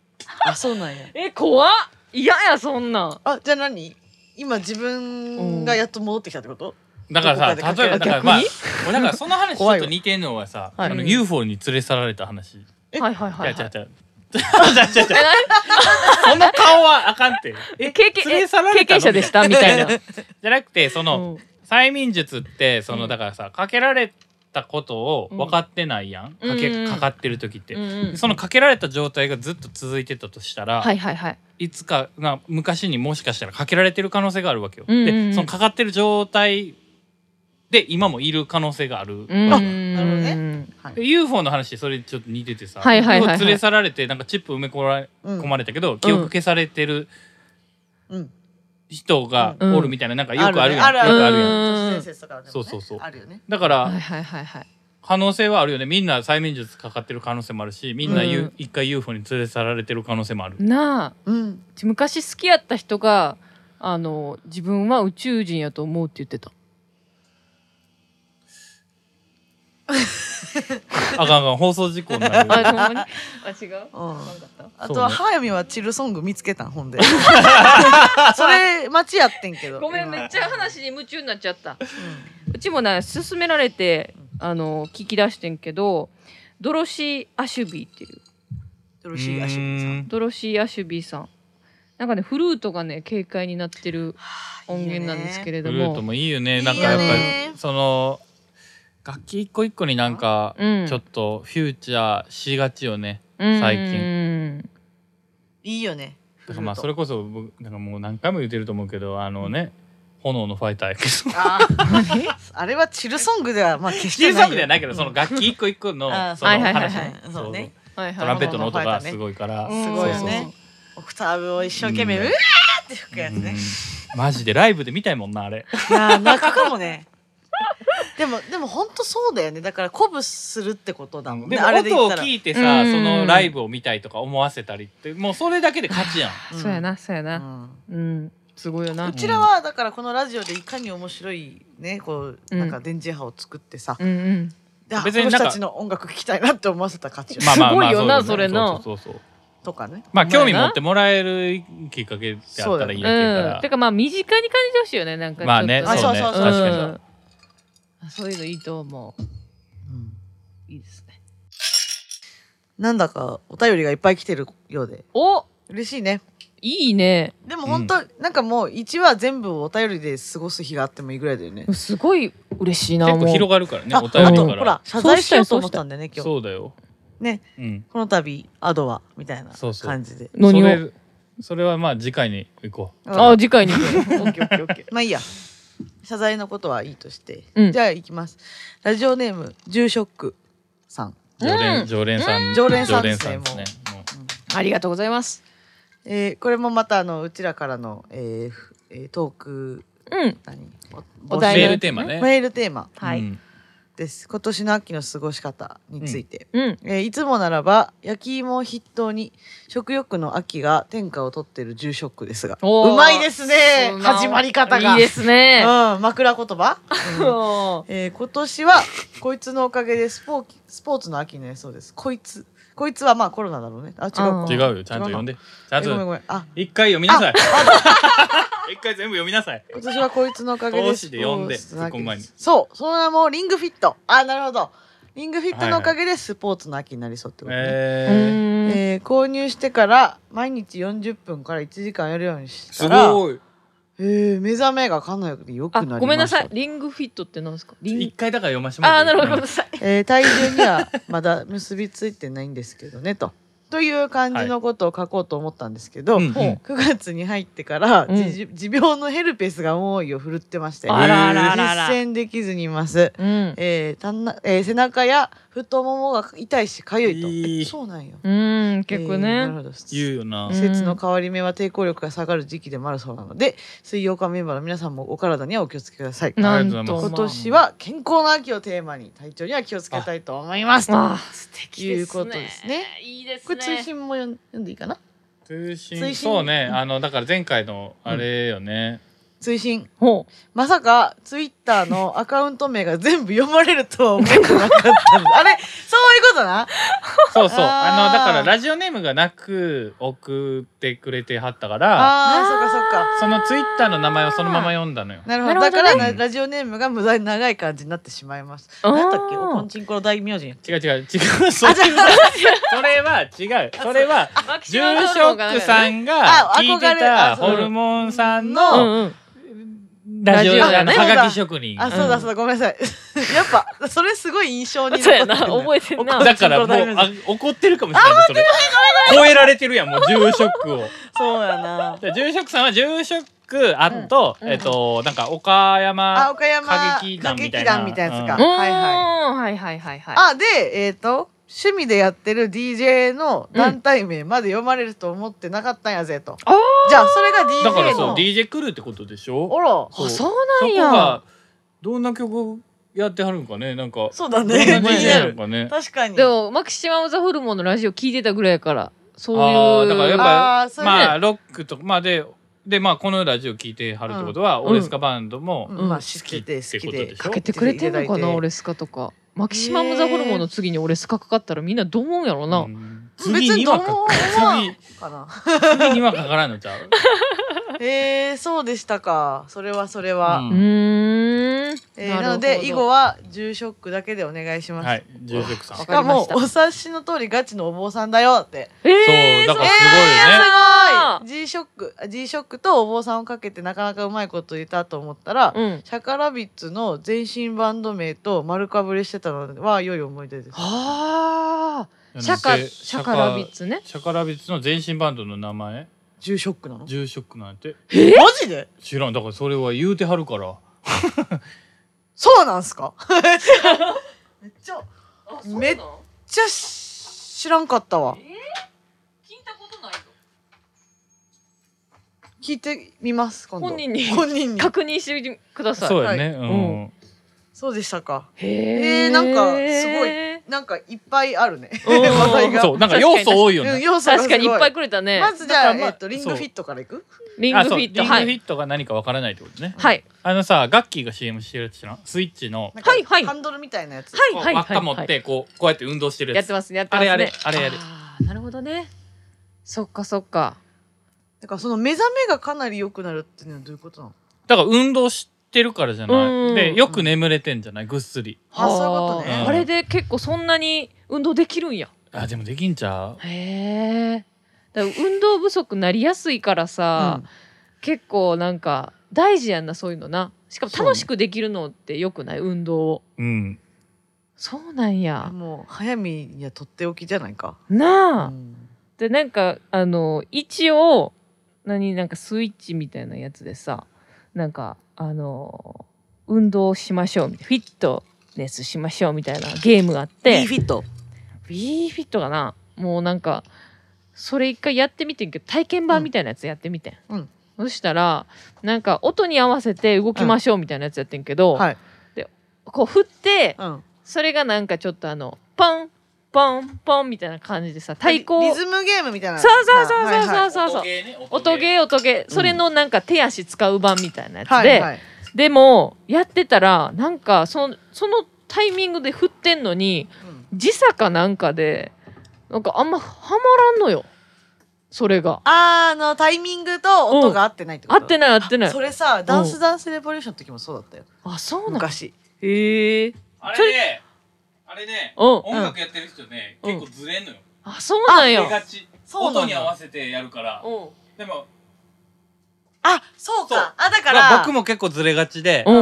S2: あそうなんや
S1: え怖っ嫌やそんなん
S2: あじゃあ何今自分がやっと戻ってきたってこと、
S3: だから
S2: ど
S3: さ
S2: こかでかけ
S3: 例えばだからまあ
S1: 逆に
S3: 俺なんかその話ちょ
S2: 怖
S3: っ
S2: い
S3: と
S2: わ
S3: 似てんのはさ
S2: はい
S3: あの
S1: うん
S3: UFO に連れ去られた話
S2: え
S1: はいはいはい
S3: 違
S1: は
S3: う
S1: い
S3: 違う違う違う違う違うその顔はあかんって
S1: え経験
S3: 連れ
S1: え
S3: 去られた
S1: 経験
S3: の
S1: 者で したみたいな
S3: じゃなくてそ
S1: うん
S3: の催眠術ってそうの
S1: ん
S3: だからさかけられたことを分かってないやん、
S1: うん
S3: かけ
S1: うんうん
S3: かかってる時って、
S1: うんうん
S3: そのかけられた状態がずっと続いてたとしたら、
S1: はいはいはい
S3: いつかな昔にもしかしたらかけられてる可能性があるわけよ。
S1: うんうんうん
S3: でそのかかってる状態で今もいる可能性があるわけよ、
S1: あ
S2: なるほどねはい
S3: で UFO の話それちょっと似ててさ、
S1: はいはいはいはい
S3: UFO 連れ去られてなんかチップ埋め込まれ
S2: うん
S3: 込まれたけど、記憶消されてる
S2: うん
S3: 人がおるみたいななんかよくあるやん、
S2: ある
S3: よく
S2: あ
S3: あ
S2: る
S3: るやん
S1: うん
S2: 都市伝説とかでもね
S3: そうそうそう
S2: あるよね
S3: だから、
S1: はいはいはいはい
S3: 可能性はあるよねみんな催眠術かかってる可能性もあるしみんなゆ、
S1: うん
S3: 一回 UFO に連れ去られてる可能性もある、
S1: なあ
S2: うん
S1: うち昔好きやった人があの自分は宇宙人やと思うって言ってた
S3: あかんあかん放送事故にな
S1: あ
S3: る
S1: ほんまにあ違う
S2: うん
S1: わかんかった
S2: あとは
S3: そう
S2: 早見はチルソング見つけたんほん でそれ待ちやってんけど
S1: ごめん
S2: 今
S1: めっちゃ話に夢中になっちゃったうちもね勧められてあの聞き出してんけどドロシー・アシュビーっていう
S2: うんよろしいやしみさん
S3: うん
S1: ドロシー・アシュビーさんなんかねフルートがね軽快になってる音源なんですけれ
S3: フ
S1: ど
S3: ルー
S1: も
S3: トもいいよね
S2: いい
S3: な
S2: よ
S3: ん
S2: ね
S3: かやっぱりその楽器一個一個になんか
S1: うん
S3: ちょっとフューチャーしがちよね、最近
S1: 近
S2: いいよね
S3: だからまあそ
S2: フル
S3: れ
S2: ー
S3: こそ僕なんかもう何回も言ってると思うけどあのね、炎のファイターやけど
S2: トあーあれはチルソングではまあ決し
S3: シ
S2: て
S3: ー
S2: ない
S3: ソングではないけどその楽器一個一個の
S2: あー
S3: その
S1: はいはいはいはい
S3: 話
S2: そうね
S1: はい
S3: トランペットの音がす
S2: 炎
S3: ごいから、
S1: うん
S2: すごいよ
S3: そうそう
S2: ねオクターブを一生懸命
S3: う
S2: うんわーって吹くやつね
S3: うんマジでライブで見たいもんなあれ
S2: いやー泣くかもね でもでも本当そうだよねだから鼓舞するってことだもんね
S3: でも
S2: あれで言っ
S3: 音を
S2: たら
S3: 聞いてさ
S1: うん
S3: そのライブを見たいとか思わせたりってもうそれだけで勝ちやん
S2: うん
S1: そうやなそうや
S2: う
S1: なんうんすごいよな
S2: うちらはだからこのラジオでいかに面白いねこうなんか電磁波を作ってさ、
S1: うんうん
S2: であ
S3: 別になんか
S2: この人たちの音楽聴きたいなって思わせた価値
S1: まあすごいよな
S3: そうだ
S1: それ
S3: ね
S1: な
S3: そうそうそうそう
S2: とかね
S3: まあ
S1: ほんまやな
S3: 興味持ってもらえるきっかけってあったらいいだけや
S1: うん
S3: か
S1: てかまあ身近に感じてほしいよねなんかちょっと
S3: まあね
S2: そうね
S1: ん
S2: 確か
S3: に
S1: あそういうのいいと思う
S2: うん
S1: いいですね
S2: なんだかお便りがいっぱい来てるようで
S1: お
S2: 嬉しいね
S1: いいね
S2: でも本当、なんかもう1話全部お便りで過ごす日があってもいいぐらいだよね、
S1: すごい嬉しいな
S3: ら結構
S1: もう
S3: 広がるからね
S2: あ
S3: お便
S2: あ
S3: り
S2: と
S3: か
S2: ほ
S3: ら
S2: ら謝罪しようと思ったんだよね今日
S3: そうだよ
S2: ね
S3: うん
S2: この度アドはみたいな
S3: そうそう
S2: 感じで
S1: 何
S3: そ
S1: を
S3: れそれはまあ次回に行こう
S2: うん
S1: あ次回に行くよオッケーオッケーオッケー
S2: まあいいや。謝罪のことはいいとして。
S1: うん
S2: じゃあ行きます。ラジオネーム、住職さん。
S1: うん
S3: 常連常連さん
S2: 常連さんですね
S3: 常連さんも
S1: ありがとうございます
S2: えーこれもまたあのうちらからの、えーふえートーク
S1: うん
S2: 何
S1: お
S3: う
S1: 題の
S3: メール
S1: やつ
S3: テーマね
S2: メールテーマ
S1: は
S3: う
S1: い
S3: ん
S2: です。今年の秋の過ごし方について。
S1: うん
S2: えーいつもならば焼き芋を筆頭に食欲の秋が天下を取ってる住職ですが
S1: おー
S2: うまいですね
S1: そんな
S2: 始まり方が
S1: いいですね
S2: うん、枕言葉、う ん
S1: おー
S2: えー今年はこいつのおかげでスポースポーツの秋になりそうですこいつこいつはまあコロナだろうねあ違うか
S1: あー
S3: 違うよちゃんと読ん
S2: で
S3: でちゃん
S2: ごめん
S3: と
S2: ごめんあ
S3: 一回読みなさい 一回全部読みなさい
S2: 今年はこいつのおかげ で
S3: 通しで読んで
S2: スポーツの秋
S3: 突っ込む前に
S2: そうその名もリングフィットあなるほどリングフィットのおかげでスポーツの秋になりそうってことね、
S1: う
S3: え
S1: ーん
S2: えー購入してから毎日40分から1時間やるように
S3: ー
S2: した
S3: す
S2: ら、
S3: ごい
S2: えー目覚めがかなり良くな
S1: あ
S2: りました
S1: ごめんなさいリングフィットって何ですかリン
S3: 一回だから読ましても
S1: あー
S3: らって
S1: ない
S3: い
S1: るほどごめんなさい
S2: えー体重にはまだ結びついてないんですけどねと。という感じのことを書こうと思ったんですけど、
S3: うんうん
S2: 9月に入ってから、
S1: うん
S2: じ持病のヘルペスが猛威を振るってまして、
S1: あらあらあらあら
S2: 実践できずにいます。
S1: うん
S2: えーたんなえー背中や太ももが痛いしかゆいと、
S3: いい
S2: えそうなんよ。
S1: うん結構
S2: えーな
S1: ね
S2: るほど
S3: 言うよな、
S2: 季節の変わり目は抵抗力が下がる時期でもあるそうなので水曜日メンバーの皆さんもお体にはお気をつけください。
S3: な
S1: なんと
S2: 今年は健康な秋をテーマに体調には気をつけたいと思います。
S1: まああー素敵
S2: い
S1: で
S2: う
S1: す
S2: こと
S1: ね
S2: ですね
S1: いいです
S2: これ通
S1: ね
S2: 信も読ん読んでいいかな
S3: 通信
S2: 通信
S3: そうねあのだから前回のあれよね、
S2: 通信
S1: ほ
S2: まさかツイッターのアカウント名が全部読まれるとは思ってなかったんであれそういうことな
S3: そうそうあ
S2: あー
S3: のだからラジオネームがなく送ってくれてはったから
S2: あ
S1: あー
S2: あそうかそうか
S3: そのツイッターの名前をそのまま読んだのよ
S2: なるほど
S1: なるほどね
S2: だからな
S3: うん
S2: ラジオネームが無駄に長い感じになってしまいます
S1: あー
S2: 何だっけおこんちんこの大名人
S3: 違う違う違うそれ それは違うそれは
S1: うマキシ
S3: 住
S1: マムローがなんか
S3: 職さ
S1: ね
S3: んが
S2: あ
S3: 聞い
S2: 憧
S3: て
S2: れあ
S3: た
S2: そう
S3: ホルモンさん
S1: う
S3: の
S1: んうん
S3: ラジオ
S1: ラジオ
S3: あの
S1: ね
S3: はがき職人
S2: あそうだそうだごめんなさい やっぱそれすごい印象に残
S1: そう
S2: って
S1: や
S2: んだ
S1: な
S2: よ
S1: 覚えてんな
S3: だからもうあ怒ってるかもしれないそれ超えられてるやんもう住職を
S2: そうやな
S3: じゃあ住職さんは住職あと、
S1: うん
S3: えっとなんか岡
S2: あ
S3: 山
S2: 岡山
S3: 歌劇団みたい
S2: 歌
S3: な
S2: 劇団みたいなやつか
S3: うん
S1: はい
S2: は
S1: はいはいはいはい
S2: あでえっ、と趣味でやってる DJ の団体名まで読まれると思ってなかったんやぜと、
S1: あー
S2: じゃあそれが
S3: だから
S2: DJ
S3: そう
S2: の
S3: DJ 来るってことでしょ
S2: あら
S1: あ
S3: そ
S1: そうう
S3: そ
S1: なん
S3: こ
S1: や
S3: がどんな曲やってはるんかねなんか
S2: そうだ
S3: どんな
S2: ね
S3: DJ な
S2: ね
S3: の かね
S2: 確かに
S1: でもマキシマム・ザ・ホルモンのラジオ聞いてたぐらいやからそう
S3: あ
S1: い
S3: ー
S1: う
S3: だからやっ
S1: あ
S3: ぱ
S2: あーそれ
S3: まあロックとかまあででまあこのラジオ聞いてはるってことは、
S1: ん
S3: オレスカバンドも
S2: うん
S1: うん
S2: まあ知ってて好きで
S3: ってことでしょ
S1: かけてくれてんのか
S2: いただい
S1: な
S2: て
S1: オレスカとかマキシマム・ザ・ホルモンの次にオレスカかかったらみんなどう思うんやろな、
S3: うん
S2: 別
S3: 次
S2: に
S3: に
S2: どう
S3: は
S2: も
S3: か
S2: 思わん
S3: 次
S2: かな
S3: 次にはかからんのちゃう、
S2: えー、そうでしたかそれはそれ
S1: う
S2: は、
S1: ーん
S2: えーなので以後は住職だけでお願いします、
S3: はい住職さん
S1: わ
S2: し
S1: か
S2: か
S1: りま
S2: も
S1: した
S2: お察しの通りガチのお坊さんだよって
S1: えー、
S3: そうだから
S1: えー
S3: す
S1: あ
S2: はい G ショック G ショックとお坊さんをかけてなかなかうまいこと言ったと思ったら、
S1: うん
S2: シャカラビッツの全身バンド名と丸かぶれしてたのは良い思い出です。
S1: は
S3: ご
S1: あ
S3: いよね
S1: シャカシャカラビッツね
S3: シャカラビッツの前身バンドの名前
S2: G ショックなの？
S3: 住職なんて
S2: えマジで？
S3: 知らんだからそれは言うてはるから
S2: そうなんすか？ めっちゃめっそうな
S1: 聞い
S2: ちゃし知らんかったわ。
S1: たことない
S2: 聞いてみます今度。
S1: 本人に
S2: 本人に。
S1: 確認してみてください
S3: そうやね、
S1: いううん
S2: そうでしたか。
S1: へ
S2: えーなんかすごなんかいっぱいあるね。 話題が。
S3: そうなんか要素多いよ
S2: うん
S3: ね
S2: 要素が
S1: 確
S2: すご
S1: か
S2: い。
S1: にいっぱいくれたね、
S2: まずじゃあ、
S3: だからまあ
S2: えっとリングフィットからいく？
S1: リング
S3: あ
S1: フ
S3: そう
S1: ィ
S3: リ
S1: ッ
S3: ング
S1: ト
S3: フィ
S1: はい
S3: ットが何かわからないってことね、
S1: はい
S3: あのさガッキーが CM してるやつ知らんスイッチの
S2: なんか
S1: はいはい
S2: ハンドルみたいなやつ。
S1: はい
S3: こう
S1: はい
S3: 輪
S1: は
S3: っ
S1: い
S3: か持ってこうこうやって運動してる
S1: や
S3: や
S1: っ
S3: つ
S1: てますねやってますね
S3: あれあれあれあれ
S1: あーなるほどねそっかそっか
S2: だからその目覚めがかなり良くなるっていうのはどういうことなの
S3: だから運動してるからじゃな
S1: う
S3: い
S1: ん
S3: でよく眠れてんじゃないぐっすり
S2: あそういうことね
S1: はああれで結構そんなに運動できるんや
S3: あでもできんちゃう
S1: へえ運動不足なりやすいからさ、結構なんか大事やんなそういうのなしかも楽しくできるのってよくない運動を
S3: うん
S1: そうなん
S2: あ
S1: や
S2: もう早見にはとっておきじゃないか、
S1: なあ、
S2: うん
S1: でなんかあの一応何なんかスイッチみたいなやつでさなんかあの運動しましょうみたいなフィットネスしましょうみたいなゲームがあって
S2: いいフィット
S1: B フィットかなもうなんかそれ一回やってみてんけど体験版みたいなやつやってみてん、
S2: うん
S1: そしたらなんか音に合わせて動きましょうみたいなやつやってんけど、
S2: はい、
S1: こう振って
S2: うん、
S1: それがなんかちょっとあのポンポンポンみたいな感じでさ対抗
S2: リズムゲームみたいな
S1: そうそうそうそう
S2: はいはい
S1: そうそう
S3: ゲーね
S1: 音ゲー音ゲーそれのなんか手足使う版みたいなやつで、
S2: はいはい
S1: でもやってたらなんかそのそのタイミングで振ってんのに
S2: うん
S1: 時差かなんかでなんかあんまハマらんのよそれが
S2: あーあのタイミングと音が合ってないってこ
S1: 合
S2: と、
S1: ってない合ってない
S2: それさダンスダンスレボリューションの時もそうだったよ
S1: あそうなん
S2: 昔
S1: へえ
S3: あ
S1: れ
S3: ねあれね
S1: うん
S2: 音楽
S3: やってる人ね
S1: うん結
S3: ずれんのよ
S1: あそうなんよ
S3: ち
S2: そうなんだ音に合わ
S3: せてやるから
S1: うん
S3: でも
S2: あそうか
S3: そう
S2: あだから、
S3: 僕も結構ずれがちで
S1: うんう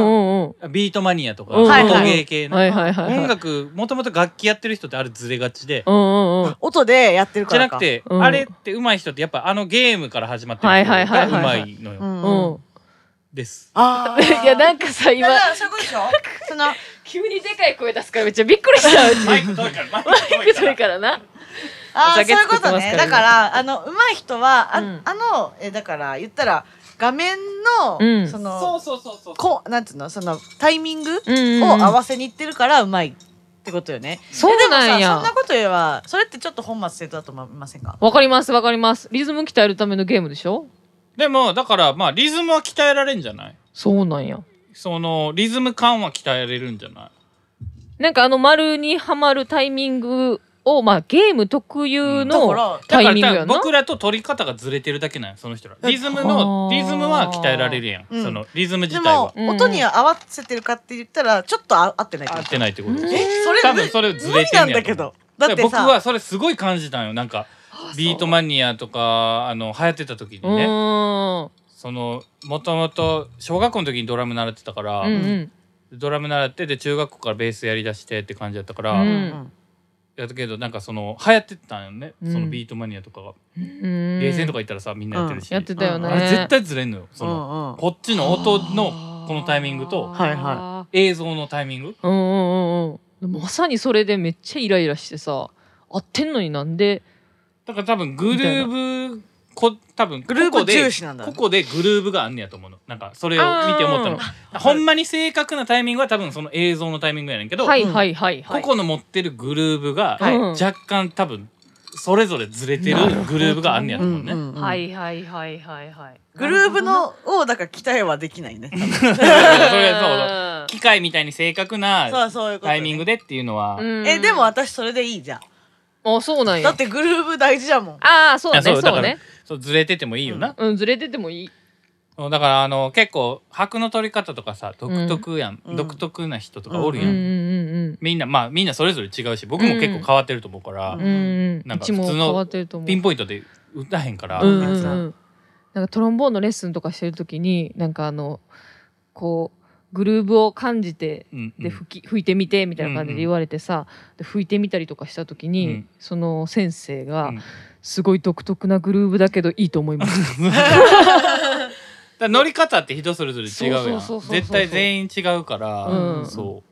S1: んうん
S3: ビートマニアとか
S1: うん
S3: 音
S2: はいはい
S3: ゲー系の
S1: はいはいはいはい
S3: 音楽もともと楽器やってる人ってあれずれがちで
S1: うんうんうん
S2: 音でやってる
S3: じ
S2: か
S3: ゃ
S2: ら
S3: な
S2: か
S3: くて
S1: うん
S3: あれって上手い人ってやっぱあのゲームから始まってる人
S1: はいはいはい
S3: が
S1: はい
S3: 上手いの
S2: う
S3: よ
S2: ん
S1: うん
S2: うん、
S3: です
S2: あ ー
S1: いやなんかさ
S2: い
S1: 今
S2: やだからそういうことでしょ その
S1: 急にでかい声出すからめっちゃびっくりし ちゃううち
S3: マイク遠いからマイ
S1: マイク それからな
S2: あ
S1: お
S2: ー
S1: 酒
S2: そういうこ
S1: 作って
S2: と
S1: ます
S2: ね
S1: から
S2: だからあの上手い人はあ,、
S1: うん
S2: あのえだから言ったら画面の、
S1: うん
S2: その
S3: うそうそうそう
S2: こうなんつうのそのタイミングを
S1: うんうんうん
S2: 合わせにいってるから上手いってことよね、
S1: そうなん
S2: えでもさそんな
S1: や
S2: こと言えばそれってちょっと本末転倒だと思いませんか
S1: わかりますわかりますリズム鍛えるためのゲームでしょ
S3: でもだからまあリズムは鍛えられんじゃない
S1: そうなんや
S3: そのリズム感は鍛えれるんじゃない
S1: なんかあの丸にはまるタイミングをまあゲーム特有
S2: だか
S1: の
S2: ら
S1: タイミング
S3: だから
S1: や
S3: 多分
S1: な
S3: 僕らと取り方がずれてるだけなんよその人らリズムの
S1: あー
S3: リズムは鍛えられるやん、
S2: うん
S3: そのリズム自
S2: で
S3: 体
S2: も
S3: は、
S1: うんうん
S2: 音に合わせてるかって言ったらちょっとあ合ってないって
S3: 合
S2: こ
S3: っ
S2: と
S3: てないってこと
S1: うん
S2: えそれ
S3: 多分それずれてん
S2: 無理
S3: ねやと思う
S2: なんだけどだってさ
S3: 僕はそれすごい感じたんよなんかビートマニアとかあの流行ってた時に
S1: う
S3: ね
S1: ーん
S3: そのもともと小学校の時にドラム習ってたから、
S1: うんうん
S3: ドラム習ってで中学校からベースやりだしてって感じだったから、
S1: うん
S3: やったけどなんかその流行ってたんよね、
S1: うん
S3: そのビートマニアとか
S1: う
S3: が、
S1: ん
S3: ゲーセンとか行ったらさみんなやってるし、
S1: やってたよね
S3: あれ絶対ずれんのよその、
S2: の
S3: こっちの音のこのタイミングと
S2: はいは
S3: 映像のタイミング
S1: いうんうんうんうんまさにそれでめっちゃイライラしてさ合ってんのになんで
S3: だから多分グルーブこ多分
S2: グルー
S3: ここ
S2: プ
S3: で
S2: 重視なんだ
S3: ここでグルーブがあんねやと思うのなんかそれを見て思ったの
S1: あ
S3: ほんまに正確なタイミングは多分その映像のタイミングやねんけど、
S1: はいはいはいはい
S3: 個々の持ってるグルーブが
S1: はい
S3: 若干多分それぞれずれてるグルーブがあんねやと思うね、
S2: うんうん
S1: はいはいはいはいはい
S2: グルーブのをだから期待はできないね
S3: それそう機械みたいに正確
S2: そ
S3: な
S2: うそういうことね
S3: タイミングでっていうのは、
S1: うん
S2: えでも私それでいいじゃん
S1: あそうなん
S2: だ
S1: や
S2: ってグルーブ大事だもん
S1: ああそう
S3: い
S1: ね
S3: や
S1: そう
S3: だから
S1: ね
S3: そうずれててもいいよな、
S1: うんずれててもいい
S3: そうだからあの結構拍の取り方とかさ独特やん、
S2: うん
S3: 独特な人とかおる
S1: う
S3: や
S1: ん
S3: ん、
S1: うんうん
S3: みんなまあみんなそれぞれ違うし僕も結構変わってると思うから、
S1: う
S2: うん
S1: うん
S3: なん
S1: う
S3: か
S1: ちも変わってると思う
S3: ピンポイントで歌へんから、
S1: うんう
S2: や
S1: ん
S2: つな
S1: うん、なんかトロンボーンのレッスンとかしてる時になんかあのこうグルーブを感じて
S3: うんうん
S1: で吹き吹いてみてみたいな感じで言われてさ、で吹いてみたりとかした時に、
S3: うん
S1: その先生が、
S3: うん
S1: すごい独特なグルーブだけどいいと思います」
S3: だから乗り方って人それぞれ違うや
S1: そうそう
S3: ん
S1: そうそう
S3: 絶対全員違うから、
S1: うん
S3: そ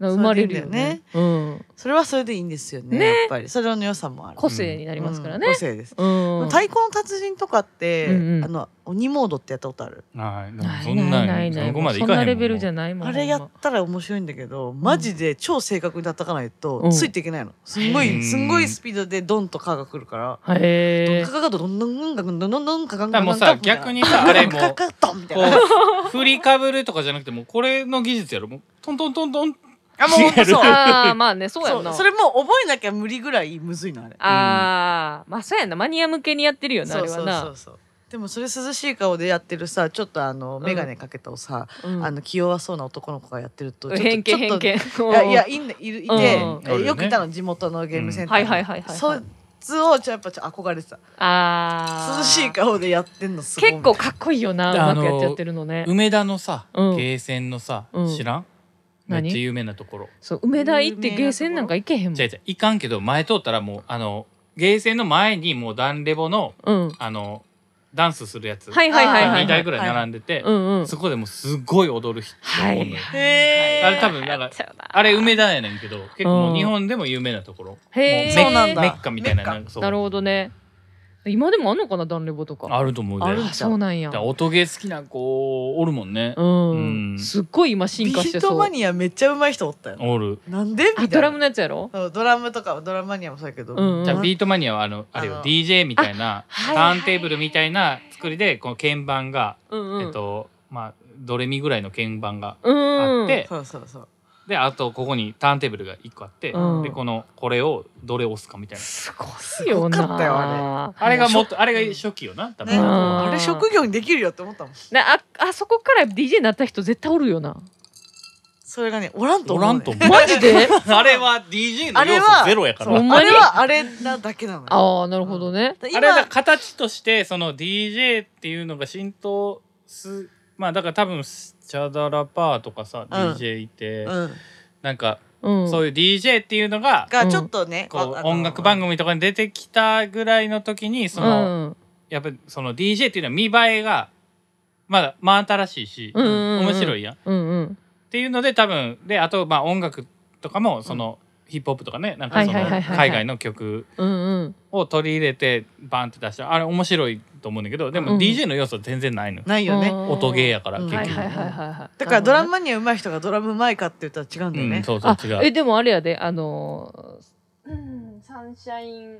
S1: 生まれるよねうん、
S2: それはそれでいいんですよね
S1: ね
S2: やっぱりそれの良さもある
S1: 個性になりますから
S2: うん
S1: ね
S2: 個。性です
S1: うん
S2: 太鼓の達人とかって、
S1: うんうん
S2: あの鬼モードってやったことある、
S3: うはいでも
S1: ない
S3: そんなん
S1: ないない
S3: そこまでい
S1: そん
S3: かへんも
S1: なんレベルじゃないもん
S2: あれやったら面白いんだけどマジで超正確に叩かないと、
S1: うん
S2: ついていけないのすんご
S3: うん
S2: いすんごいスピードでドンとカーが来るから。
S1: へえ
S2: カカカドどんどんどんどんどんどんカカン
S3: だか
S2: カ
S3: らも
S2: カ
S3: う
S2: ン
S3: さ逆にさあれもう
S2: カカドンみたい
S3: こ
S2: な
S3: う振りかぶるとかじゃなくてもうこれの技術やろもうトントントントン
S2: あもうほんと そう
S1: ああまあねそうや
S2: そ
S1: んな
S2: うそれもう覚えなきゃ無理ぐらいむずいのあれ
S1: ああまあそうやんなマニア向けにやってるよなあ
S2: そう
S1: れ
S2: そ
S1: は
S2: う
S1: な
S2: そうそうでもそれ涼しい顔でやってるさちょっとあの眼鏡かけたをさ、
S1: うん
S2: あの器用そうな男の子がやってるとちょっと
S1: 偏見
S2: ちょっ
S1: 偏
S2: と
S1: 見
S2: いやいやいんいるいて、
S1: うん
S2: え
S3: うん
S2: よくいたの地元のゲームセンターに、
S1: うんはいはいはいはいはい
S2: そいつをちょやっぱちょ憧れてた
S1: あー
S2: 涼しい顔でやってんのすごい
S1: 結構かっこいいよな
S3: であ
S1: うま
S3: の
S1: くやっちゃってるのね
S3: 梅田のさ、
S1: うん
S3: ゲーセンのさ、
S1: うん
S3: 知らんめっ
S1: 何
S3: ちゃ有名なところ
S1: そう梅田行ってゲーセンなんか行けへんもん
S3: 違う違ういかんけど前通ったらもうあのゲーセンの前にもうダンレボの
S1: うん
S3: あのダンスするやつ、
S1: はいはいはいはい
S3: 2台ぐらい並んでて、
S1: うんうん
S3: そこでもうすごい踊る人
S1: は
S3: おん
S1: い
S3: のよ
S2: へー
S3: あれ多分なんかあれ梅田やねんけど結構もう日本でも有名なところ、
S1: へー
S3: も
S2: そうなんだ
S3: メッカみたいな
S2: メッカ
S3: なんかそう
S1: なるほどね今でもあんのかなダンレボとか
S3: あると思うで
S2: ある
S3: だか
S1: あそうなんや
S3: ら音ゲー好きな子おるもんね、
S1: うん
S3: うん
S1: すっごい今進
S2: ビ
S1: 化して
S2: ー
S1: そ
S2: ト
S1: う
S2: マニアめっちゃ上手い人おったよ
S3: おる
S2: なんで
S1: あ
S2: みた
S1: ド
S2: い
S1: ラム
S2: な
S1: のやつやろ
S2: そうドラムとかドラムマニアもそうやけど、
S1: うんうん
S3: じゃあビートマニアはあのあれ
S2: あ
S3: よ
S2: の
S3: DJ みたいな
S1: はい
S3: ターンテーブルみたいな作りでこの鍵盤が、
S1: うんうん
S3: えっとまあドレミぐらいの鍵盤が
S1: うん
S3: あって
S2: そうそうそう
S3: であとここにターンテーブルが1個あって、
S1: うん
S3: でこのこれをどれ押すかみたいな
S1: すごいよ
S2: すごかったよ
S1: な
S3: あれがもっ
S1: し
S3: とあれが初期よな多分、
S2: ね
S1: うん
S2: あれ職業にできるよって思ったもん
S1: ょなああそこから DJ になった人絶対おるよな
S2: それがねおらんと
S3: お
S2: 思
S3: ら
S2: う、
S3: ん
S2: ね、
S3: と思う
S1: マジで
S3: あれは DJ の
S2: あれ
S3: 要
S2: は
S3: 素ゼロやか
S2: そ
S3: ら
S2: う
S1: ほんま
S2: あ
S1: に
S2: れはあれなだけなのよ
S1: ああなるほどね
S2: だ
S3: あ
S2: 今
S3: れはだから形としてその DJ っていうのが浸透すまあだから多分チャダラパーとか
S2: う
S3: さ、
S2: ん
S3: DJ いて、
S2: うん、
S3: なんか
S1: うん
S3: そういう DJ っていうのが、
S2: がちょっとね、
S3: こ
S2: あ
S3: う音楽番組とかに出てきたぐらいの時にそ
S1: う
S3: の、
S1: ん
S3: やっぱりその DJ っていうのは見栄えがまだ真新しいし、
S1: うんうんうん
S3: 面白いやんっ
S1: うんうん
S3: ていうので多分であとまあ音楽とかもその、ヒップホップとかねなんかそ
S1: は
S3: の
S1: いはいはいはいはい
S3: 海外の曲
S1: うんうん
S3: を取り入れてバンって出したあれ面白いと思うんだけどで
S1: う
S3: も
S1: ん
S3: DJ の要素は全然ないの、
S2: ないよね、
S1: うん
S3: 音ゲーやから
S2: うん
S3: 結
S1: はい
S3: 局、
S1: はいはいはいはい
S2: だからドラムマニア上手い人がドラム上手いかって言ったら違うんだよね。
S3: うん、そうそ
S1: あ
S3: う違う
S1: えでもあれやであのーうんサンシャイン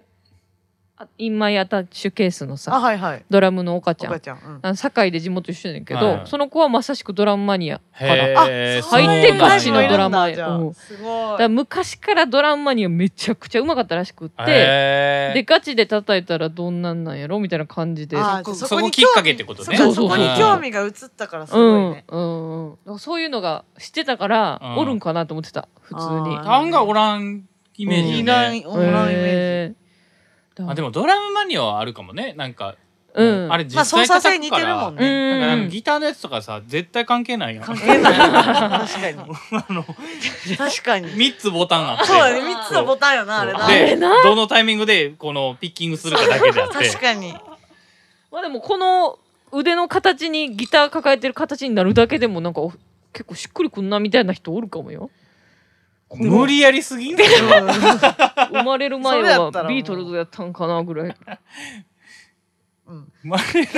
S1: あインマイアタッチュケースの
S2: あ
S1: さ
S2: はいはい。
S1: ドラムの岡ちゃ
S2: おば
S1: ん
S2: ちゃん。うん
S1: あの堺で地元一緒やねんけど、
S3: はい
S1: その子はまさしくドラムマニアかなだか
S3: へー
S1: そうなんやハイテク
S3: そ
S1: 誌
S3: う
S1: の
S3: なんや
S1: ドラマ
S2: じゃあ
S1: うん
S2: すご
S1: ら
S2: い。
S1: 昔からドラムマニアめちゃくちゃうまかったらしくって、
S3: へー
S1: でガチで叩いたらどんなんなんやろみたいな感じで
S2: あ
S3: そこ
S2: じゃあ
S3: そこ
S2: 興
S3: に
S2: 味
S3: きっかけってことね
S2: そう
S1: そ
S2: かそう
S1: そう
S2: こ
S1: そう
S2: に興味が移ったからす
S1: う
S2: ごい
S1: ん
S2: ね。
S1: うんうん、そういうのがしてたから、
S3: うん
S1: おるんかなと思ってた普通に
S2: あー
S3: 案外おらんイメージよね、
S2: いないオンラインイメージ。
S1: へー
S3: あでもドラムマニアはあるかもねなんか
S1: うん
S3: あれ実
S2: まあ操
S3: 際
S2: 作
S3: 叩
S2: 性
S3: く
S2: 似
S3: か
S2: てる
S3: ら、
S2: もん
S1: う
S2: ね。
S3: だからあの
S1: ん
S3: ギターのやつとかさ絶対関係ないやん。
S2: 関係ない 確かに。
S3: あの
S2: 確かに。
S3: 3つボタンあって
S2: そうだね。三つのボタンよな、あれな。
S1: あれ
S3: で
S1: な
S3: どのタイミングでこのピッキングするかだけであって
S2: 確かに。
S1: まあでもこの腕の形にギター抱えてる形になるだけでもなんかお結構しっくりくんなみたいな人おるかもよ
S3: 無理やりすぎんだよ
S1: 生まれる前
S2: それやった
S1: は
S2: ら
S1: ビートルズやったんかなぐらい
S2: うん。
S3: 生まれる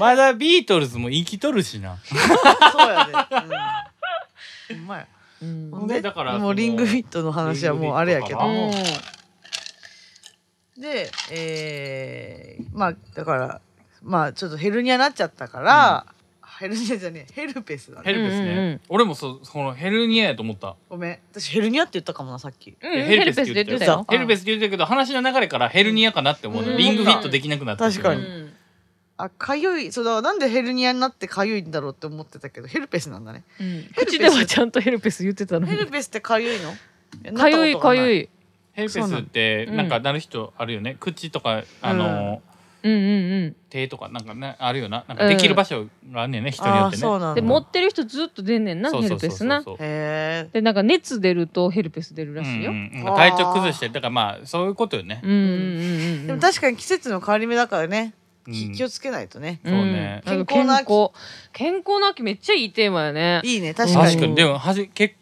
S3: 前まだビートルズも生きとるしな
S2: そうやで。うん。うまい。
S1: うん
S3: ほんでだから
S2: もうリングフィットの話はもうあれやけ
S3: あ
S2: ど。
S3: もう
S2: で、えー、まあ、だから、まあ、ちょっとヘルニアになっちゃったから、ヘルニアじゃねえ、ヘルペスだ
S3: ヘ
S2: ね。
S3: ルペスね、
S1: うんうん
S3: 俺もそうそのヘルニアやと思った
S2: ごめん。私ヘルニアって言ったかもな、さっき。
S1: うん
S3: いや
S1: ヘルペス
S3: ヘ
S1: 出
S3: ルペスって言
S1: て
S3: っ
S1: た
S3: てた
S1: よ
S2: よ
S3: ヘルペスって言ってるけど話の流れからヘルニアかなって思うの、
S1: うん
S3: リングフィットできなくなった
S2: 確かに
S1: うん
S2: あ、かゆい。そうだから、なんでヘルニアになってかゆいんだろうって思ってたけど、ヘルペスなんだね。
S1: うん口ではちゃんとヘルペス言ってたの
S2: ヘル
S1: に
S2: ペスってかゆいの
S1: かゆいかゆ
S2: い。
S1: い
S3: ヘルペスって
S1: そうなの
S3: なんかなる人あるよね、口とかあの、
S1: うんうん
S3: 手とかなんかねあるよななんかできる場所があんねんね、人によ
S2: あ
S3: っ
S2: あ、
S3: てね
S2: そうな
S1: うんん
S2: だ
S1: で。持ってる人ずっと出んねんな
S3: そう
S1: ヘ
S3: そ
S1: ル
S3: うそ
S1: ペ
S3: う
S1: スな
S3: そう
S2: へえ。
S1: でなんか熱出るとヘルペス出るらしいよ
S3: う
S1: うん
S3: うんうん体調崩してだからまあそういうことよね、
S1: んうんうんうん
S2: でも確かに季節の変わり目だからね、
S3: う
S2: き
S3: ん
S2: 気をつけないとね。
S3: そうね
S1: うん
S2: 健康な秋
S1: 健康な秋めっちゃいいテーマやね。
S2: いいね、確か
S3: 確
S2: に。
S3: かにでもはじけ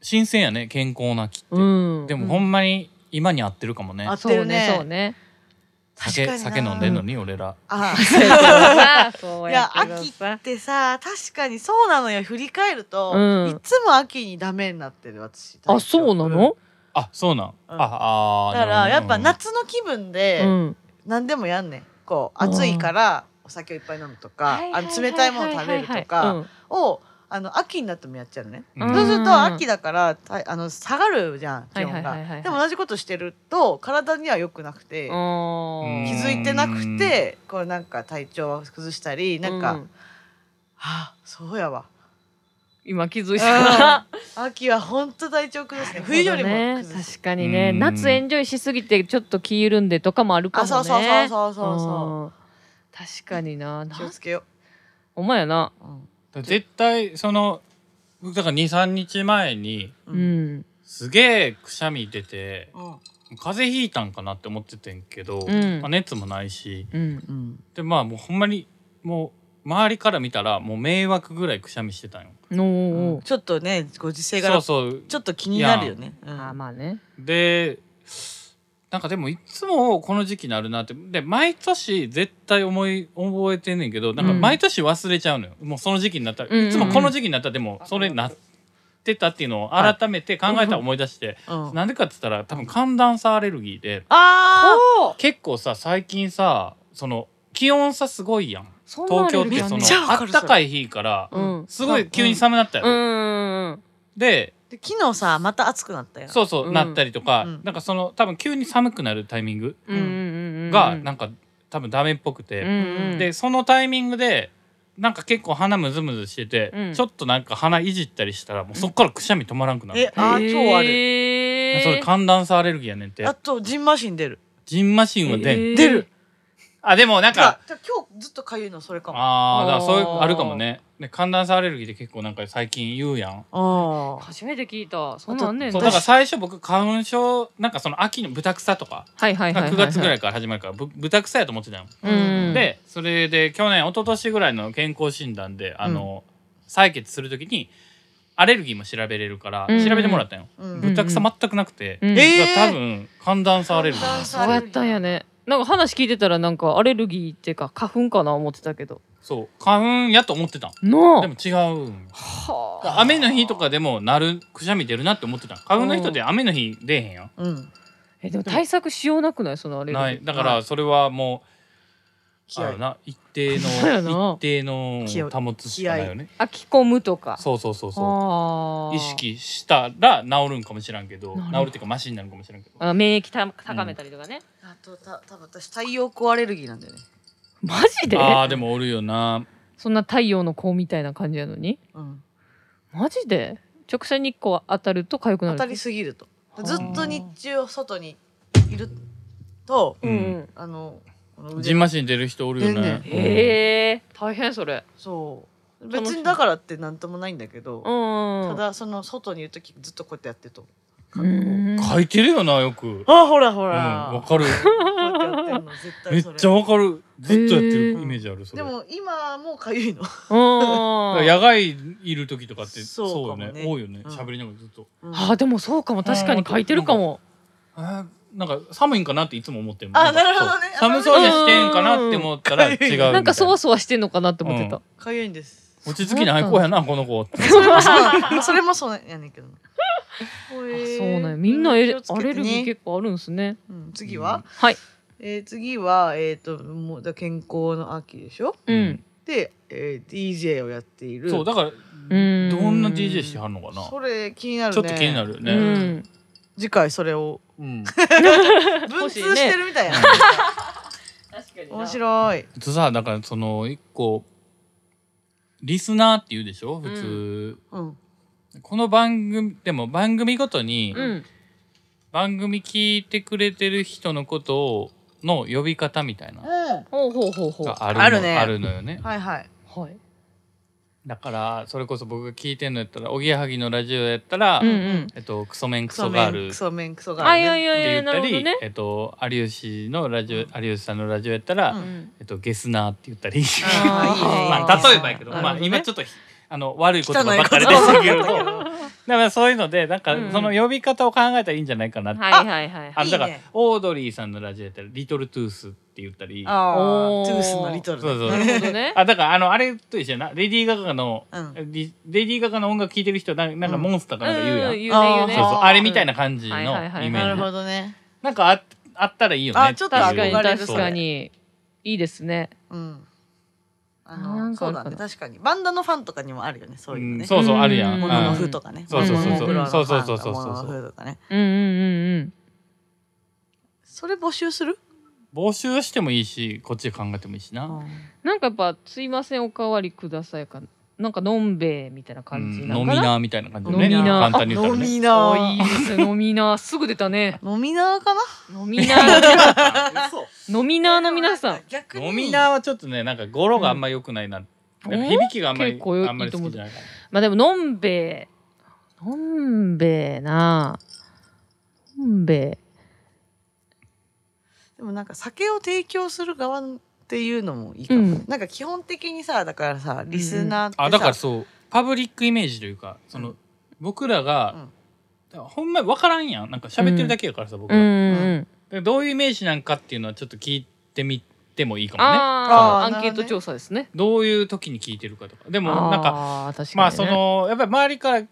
S3: 新鮮やね健康な木って、
S1: うん。
S3: でもほんまに今に合ってるかもね
S2: 合っ
S1: そうねそうね。
S2: 確かに
S3: 酒
S2: な
S3: 酒飲んでんのに俺ら
S2: あ
S1: そ
S2: あ。
S1: う
S2: いや
S1: や、けど
S2: 秋
S1: さ
S2: っ。てさ、確かにそうなのよ。振り返ると、
S1: うん
S2: いつも秋にダメになってる、私。
S1: あそうなの？
S3: あそうなん、ああ
S2: だか
S3: ー
S2: ら、やっぱ
S3: なる
S2: 夏の気分
S1: う
S2: で、
S1: ん。
S2: 何でもやんねん。こう、暑いから、お酒をいっぱい飲むとか、あの冷たいもの食べるとかを、あの、秋になってもやっちゃうのね。
S3: ほ
S1: う
S3: どね
S1: ん
S2: そうすると秋だからたあの下がるじゃん気
S1: はいは
S2: 温
S1: いはいはいは
S2: が
S1: い
S2: でも同じことしてると体には良くなく
S1: うん。
S2: て気
S1: あー
S2: づいてなくてこうなんか体調を崩したりなんか、
S1: う
S2: はあそうやわ
S1: 今気づいた。
S2: 秋は本当体調崩すね冬よりも
S1: ね
S2: 崩す、
S1: 確かにね
S3: うん
S1: 夏エンジョイしすぎてちょっと気緩んでとかもあるかも
S2: あ
S1: ね。
S2: そうそうそうそうそうそ
S1: うん確かにな。
S2: う
S1: な
S2: 気をつけよ
S1: お前やな。
S2: う、うん
S3: うん絶対その僕だから23日前に
S2: う
S1: うんん。
S3: すげえくしゃみ出て
S2: うん
S3: 風邪ひいたんかなって思っててんけど、
S1: うん
S3: まあ、熱もないし
S1: うん。
S2: うん
S3: でまあもうほんまにもう周りから見たらもう迷惑ぐらいくしゃみしてたんよ
S1: の
S2: ちょっとねご時世
S3: そ
S2: 柄
S3: うそう
S2: ちょっと気になるよね、うん
S1: あーまあね。
S3: でなんかでもいつもこの時期になるなってで毎年絶対思い覚えてんねんけどなんか
S1: うん
S3: 毎年忘れちゃうのよ、もうその時期になったら、
S1: うんうんうん
S3: いつもこの時期になったらでもそれなってたっていうのを改めて考えたら思い出して、
S2: うん
S3: なんでかって言ったら多分寒暖差アレルギーで
S2: あ
S3: 結構さ最近さその気温差すごいやん
S1: そんな
S3: 東京っ
S1: レベル
S3: て
S1: や
S3: そ
S1: ね
S2: め
S3: の
S2: っちゃわ
S3: あ
S2: か
S3: っ
S2: るそれ
S3: たかい日から
S1: うん
S3: すごい急に寒くなったよ、
S1: うんうんうん
S3: で
S2: ーで昨日さまた暑くなったよ
S3: そうそう、
S1: うん
S3: なったりとか、
S2: うん
S3: なんかその多分急に寒くなるタイミング
S1: うんうんうん
S3: がなんか多分ダメっぽく
S1: うん
S3: て、
S1: うん
S3: でそのタイミングでなんか結構鼻ムズムズしてて、
S1: うん
S3: ちょっとなんか鼻いじったりしたらもうそっからくしゃみ止まらんくな
S2: え
S3: る、
S2: あー超ある
S1: る
S3: それ寒暖差アレルギーやねんって
S2: あとジンマシン出る
S3: ジンマシンは出ん、
S1: えー
S2: 出る
S3: あでもなん
S2: じゃあ
S3: か
S2: じゃあ今日ずっとかゆいのそれかもあ
S3: ああだからそういう
S1: あー
S3: あるかもねで寒暖差アレルギーで結構なんか最近言うやん
S2: あ
S1: 初めて聞いたそんなんあんねん
S3: そ
S1: な
S3: うだから最初僕花粉症なんかその秋のブタクサとか
S1: はいはいはいはい
S3: 9月ぐら
S1: い
S3: いから始まるからぶブタクサやと思ってたよ
S1: うん
S3: でそれで去年一昨年ぐらいの健康診断であの、採血するときにアレルギーも調べれるから
S1: うんうん
S3: 調べてもらったよ、
S2: うん
S3: ブタクサ全くなくて、
S1: うん
S3: だ
S2: え
S3: から多分寒暖差アレルギ
S2: 寒
S3: ー
S2: 暖
S1: そ
S2: 差
S1: うやったんやねなんか話聞いてたらなんかアレルギーっていうか花粉かな思ってたけど
S3: そう花粉やと思ってたん
S1: の
S3: でも違うん雨の日とかでもなるくしゃみ出るなって思ってたん花粉の人って雨の日出えへんやん
S2: うん
S1: えでも対策しようなくないそのアレルギー
S3: ないだからそれはもうあのな一定
S1: そうや
S3: の
S1: な
S3: 一定のを保つしかないよね
S1: あ着込むとか
S3: そうそうそうそう
S1: あー
S3: 意識したら治るんかもしらんけ
S1: な
S3: ど
S1: るほ
S3: 治
S1: ど
S3: るっていうかマシになるんかもしらんけど
S1: あ免疫た高めたりとかね
S2: あとた多分私太陽光アレルギーなんだよね
S1: マジで
S3: あーでもおるよな
S1: そんな太陽の子みたいな感じやのに
S2: うん
S1: マジで直射日光当たると痒くな
S2: 当
S1: る
S2: たりすぎると
S1: はあ
S2: ずっと日中外にいると
S1: うん
S3: うん
S2: あのこの腕
S3: ジンマシン出る人おるよね。
S2: 出
S1: へえ大変それ
S2: そう
S1: 楽しみ
S2: 別にだからってなんともないんだけ
S1: う
S2: ど、
S1: ん
S2: ただその外にいる時ずっとこうやってやってると
S1: うん
S3: 書いてるよなよく。うん
S2: あほらほら、
S3: わかる。
S2: こうやってやってんの絶
S3: め
S2: 対
S3: っ
S2: それ
S3: ちゃわかる。ずっとやって
S1: へ
S3: る
S1: ー
S3: イメージあるそれ。
S2: でも今もかゆいの
S1: う
S3: だか
S1: ん
S3: ら野外いる時とかって
S2: そう
S3: そう
S2: か
S3: よね
S2: もね
S3: 多いよね
S2: うん
S3: 喋りながらずっと。
S1: あーでもそうかも確かに書いてるかも
S3: あーなんか寒いんかなっていつも思ってるもん
S2: あ
S3: んか
S2: なるほどね
S3: そう寒そうにしてんかなって思ったら
S2: うん
S3: 違うみたい
S1: なんかそわそわしてんのかなって思ってた、
S2: かゆいんです
S3: 落ち着きない子やなこの子って
S2: それもそうそれもそうやねんけどそう
S1: あそうなんやみんなエレアレルギー
S2: ー
S1: 結構あるんですね
S2: うん次は、
S1: はい
S2: えー次はえっ、ともうだ健康の秋でしょ
S1: う
S3: うんん
S2: で、えー DJ をやっている
S3: そうだからど
S1: ん
S3: んな DJ してはるのかな
S2: それ気になるね
S3: ちょっと気になるよ
S1: う
S3: ね
S1: ん、
S2: 次回それを
S3: う
S2: 文
S3: ん
S1: 欲し
S2: 通
S1: い
S2: し
S1: ね
S2: てるみたいな、
S1: 確かに
S2: 面白い
S3: 普通さだからその一個リスナーって言うでしょ普通
S2: うん
S3: この番組でも番組ごとに
S1: うん
S3: 番組聞いてくれてる人のことをの呼び方みたいな
S1: ほうほうほうほう
S3: があ
S2: ある
S3: るの
S2: ね
S3: あるのよね
S2: はいはい
S1: はい
S3: だからそれこそ僕が聞いてんのやったらおぎやはぎのラジオやったら、
S1: うんうん
S3: えっと、クソメン
S2: ク
S3: ク
S2: ソ
S3: ソ
S2: メ
S3: ガー
S2: ン
S3: ルっ
S2: ク
S3: て
S2: ソメンクソガール、
S1: あいやいやい
S3: 言
S1: や
S3: っ
S1: な
S3: た
S1: るほど
S3: り、
S1: ね
S3: えっと、有吉のラジオ有吉さんのラジオやったら、
S2: うん
S1: うん
S3: えっと、ゲスナーって言ったり、
S1: あ
S3: ま
S1: ー
S3: あ、例えばやけど、
S1: なるほ
S3: ま
S1: ど
S3: あ、
S1: ね
S3: 今ちょっとひあの悪い
S2: 汚
S3: 言葉ば
S2: い
S3: っかり
S2: 言
S3: でし
S2: 葉
S3: たけどだか
S2: だけど
S3: らそういうのでなんか
S1: うん
S3: その呼び方を考えたらいいんじゃないかなって、
S1: はい
S3: あ
S1: はいはい
S3: あ
S1: はい
S2: い
S3: の
S2: い
S3: だ
S2: ね
S3: からオードリーさんのラジオやったら「リトルトゥース」って言ったりあ
S2: あ
S1: おー
S2: ートゥースのリトル
S3: そうそう
S1: なるほどね
S3: だからあのあれと一緒やなレディー・ガガの、
S2: うん
S3: リレディー・ガガの音楽聴いてる人なんなんかモンスターかなんか言うやん、
S1: うん言うね言うね
S3: そうそう
S2: あー
S3: あれみたいな感じの
S1: は
S3: イ
S1: い
S3: メ
S1: はいはい
S3: ージ
S2: なるほどね
S3: なんかああったらいいよね
S2: あちょっと
S3: ていう
S2: 憧
S1: 確か
S2: れ
S1: に
S2: る
S1: 確かにいいですね
S2: うんあ
S1: な
S2: の
S1: んか
S2: そ
S1: あ
S2: う
S1: るかな
S2: だね確かにバンドのファンとかにもあるよねそういうのね、
S3: んそうそうあるやん
S2: モノノフとかね、
S3: そう
S1: そうそうそう
S2: モノノフ
S3: そうそうそうそう
S2: モノノフとかね
S1: うんうんうん
S2: それ募集する、
S3: 募集してもいいしこっちで考えてもいいしな、
S1: うんなんかやっぱ「すいませんおかわりください」かなんかのんべえみたいな感じ
S3: う
S1: なんんかな
S3: ノミナーみたいな感じで
S1: ノ
S3: ね
S1: ミナー
S3: 簡単に言った
S2: 飲
S3: らね
S2: み
S1: あ
S2: な
S1: ーいいですね飲みなーすぐ出たね
S2: 飲みなかな
S1: 飲みなー 飲みなーの皆さん
S2: 逆に
S3: ノミナーはちょっとねなんか語呂があんま良くないな、やっぱ響きがあんまり
S1: 結構よ
S3: あんまり好きじゃないか
S1: まあでものんべえのんべえなのんべえ
S2: でもなんか酒を提供する側っていうのもいいかもね、
S1: うん
S2: なんか基本的にさだからさリスナーってさ、
S3: なあだからそうパブリックイメージというかその、
S2: うん
S3: 僕らが、ほんま分からんやんなんか喋ってるだけやからさ、僕
S1: う
S3: ら
S1: んうん
S3: でどういうイメージなんかっていうのはちょっと聞いてみてもいいかもね
S1: ああ
S2: そう
S1: アンケート調査ですね
S3: どういう時に聞いてるかとかでもなんか
S1: あー確かにね
S3: まあそのやっぱり周りから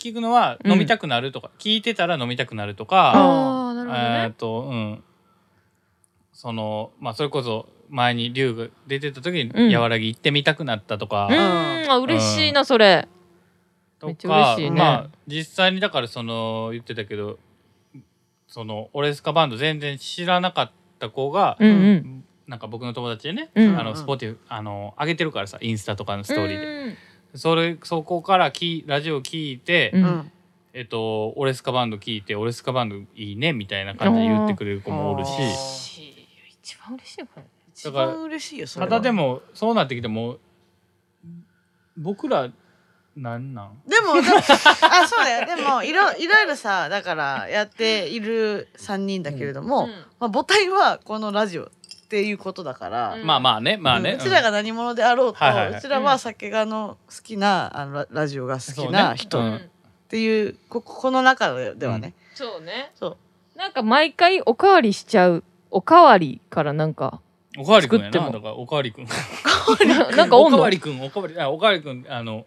S3: 聞くのは
S1: うん
S3: 飲みたくなるとか、聞いてたら飲みたくなると
S1: あ
S3: か、
S1: あなるほ
S3: え
S1: ど
S3: ーっ
S1: ね
S3: とうんそのまあそれこそ前に龍が出てた時
S1: うん
S3: に「やわらぎ行ってみたくなった」とか、
S1: うんあ嬉しいなそれめっち
S3: と
S1: ゃ
S3: か、
S1: 嬉しいね
S3: まあ実際にだからその言ってたけどそのオレスカバンド全然知らなかった子が、
S1: うんうん
S3: なんか僕の友達でね、
S1: うん
S3: あ
S2: う
S3: の
S2: ん
S3: スポティあの上げてるからさインスタとかのストーリーで、
S1: で
S3: それそこからきラジオ聞いて、
S1: うん
S2: うん
S3: えっと、オレスカバンド聞いて、オレスカバンドいいね、みたいな感じで言ってくれる子もおるし、
S2: あー
S1: 嬉しい一番嬉しいよこれ
S2: 一番嬉しいよそれ
S3: た
S2: は
S3: だでも、そうなってきても、僕ら、なんなん
S2: でもだあそうだよでもいろいろいろさだからやっている3人だけれども、まあ、母体はこのラジオっていうことだから、
S1: う
S2: うん
S3: まあまあね、まあね。
S2: うちらが何者であろうと、
S3: はいはいはいう
S2: ちらは酒がの好きなあのララジオが好きな人
S3: う
S2: っ
S3: ん
S2: ていうここの中ではね、
S1: そうね
S2: そう
S1: なんか毎回おかわりしちゃうおかわりからなんか
S3: うんおかわりくんや
S1: 作って
S3: な、
S1: も
S3: だから、おかわりくん。
S1: ななんか
S3: お
S1: 温
S3: か
S1: 度
S3: わりくん、おかわり、あおかわりくん、あの、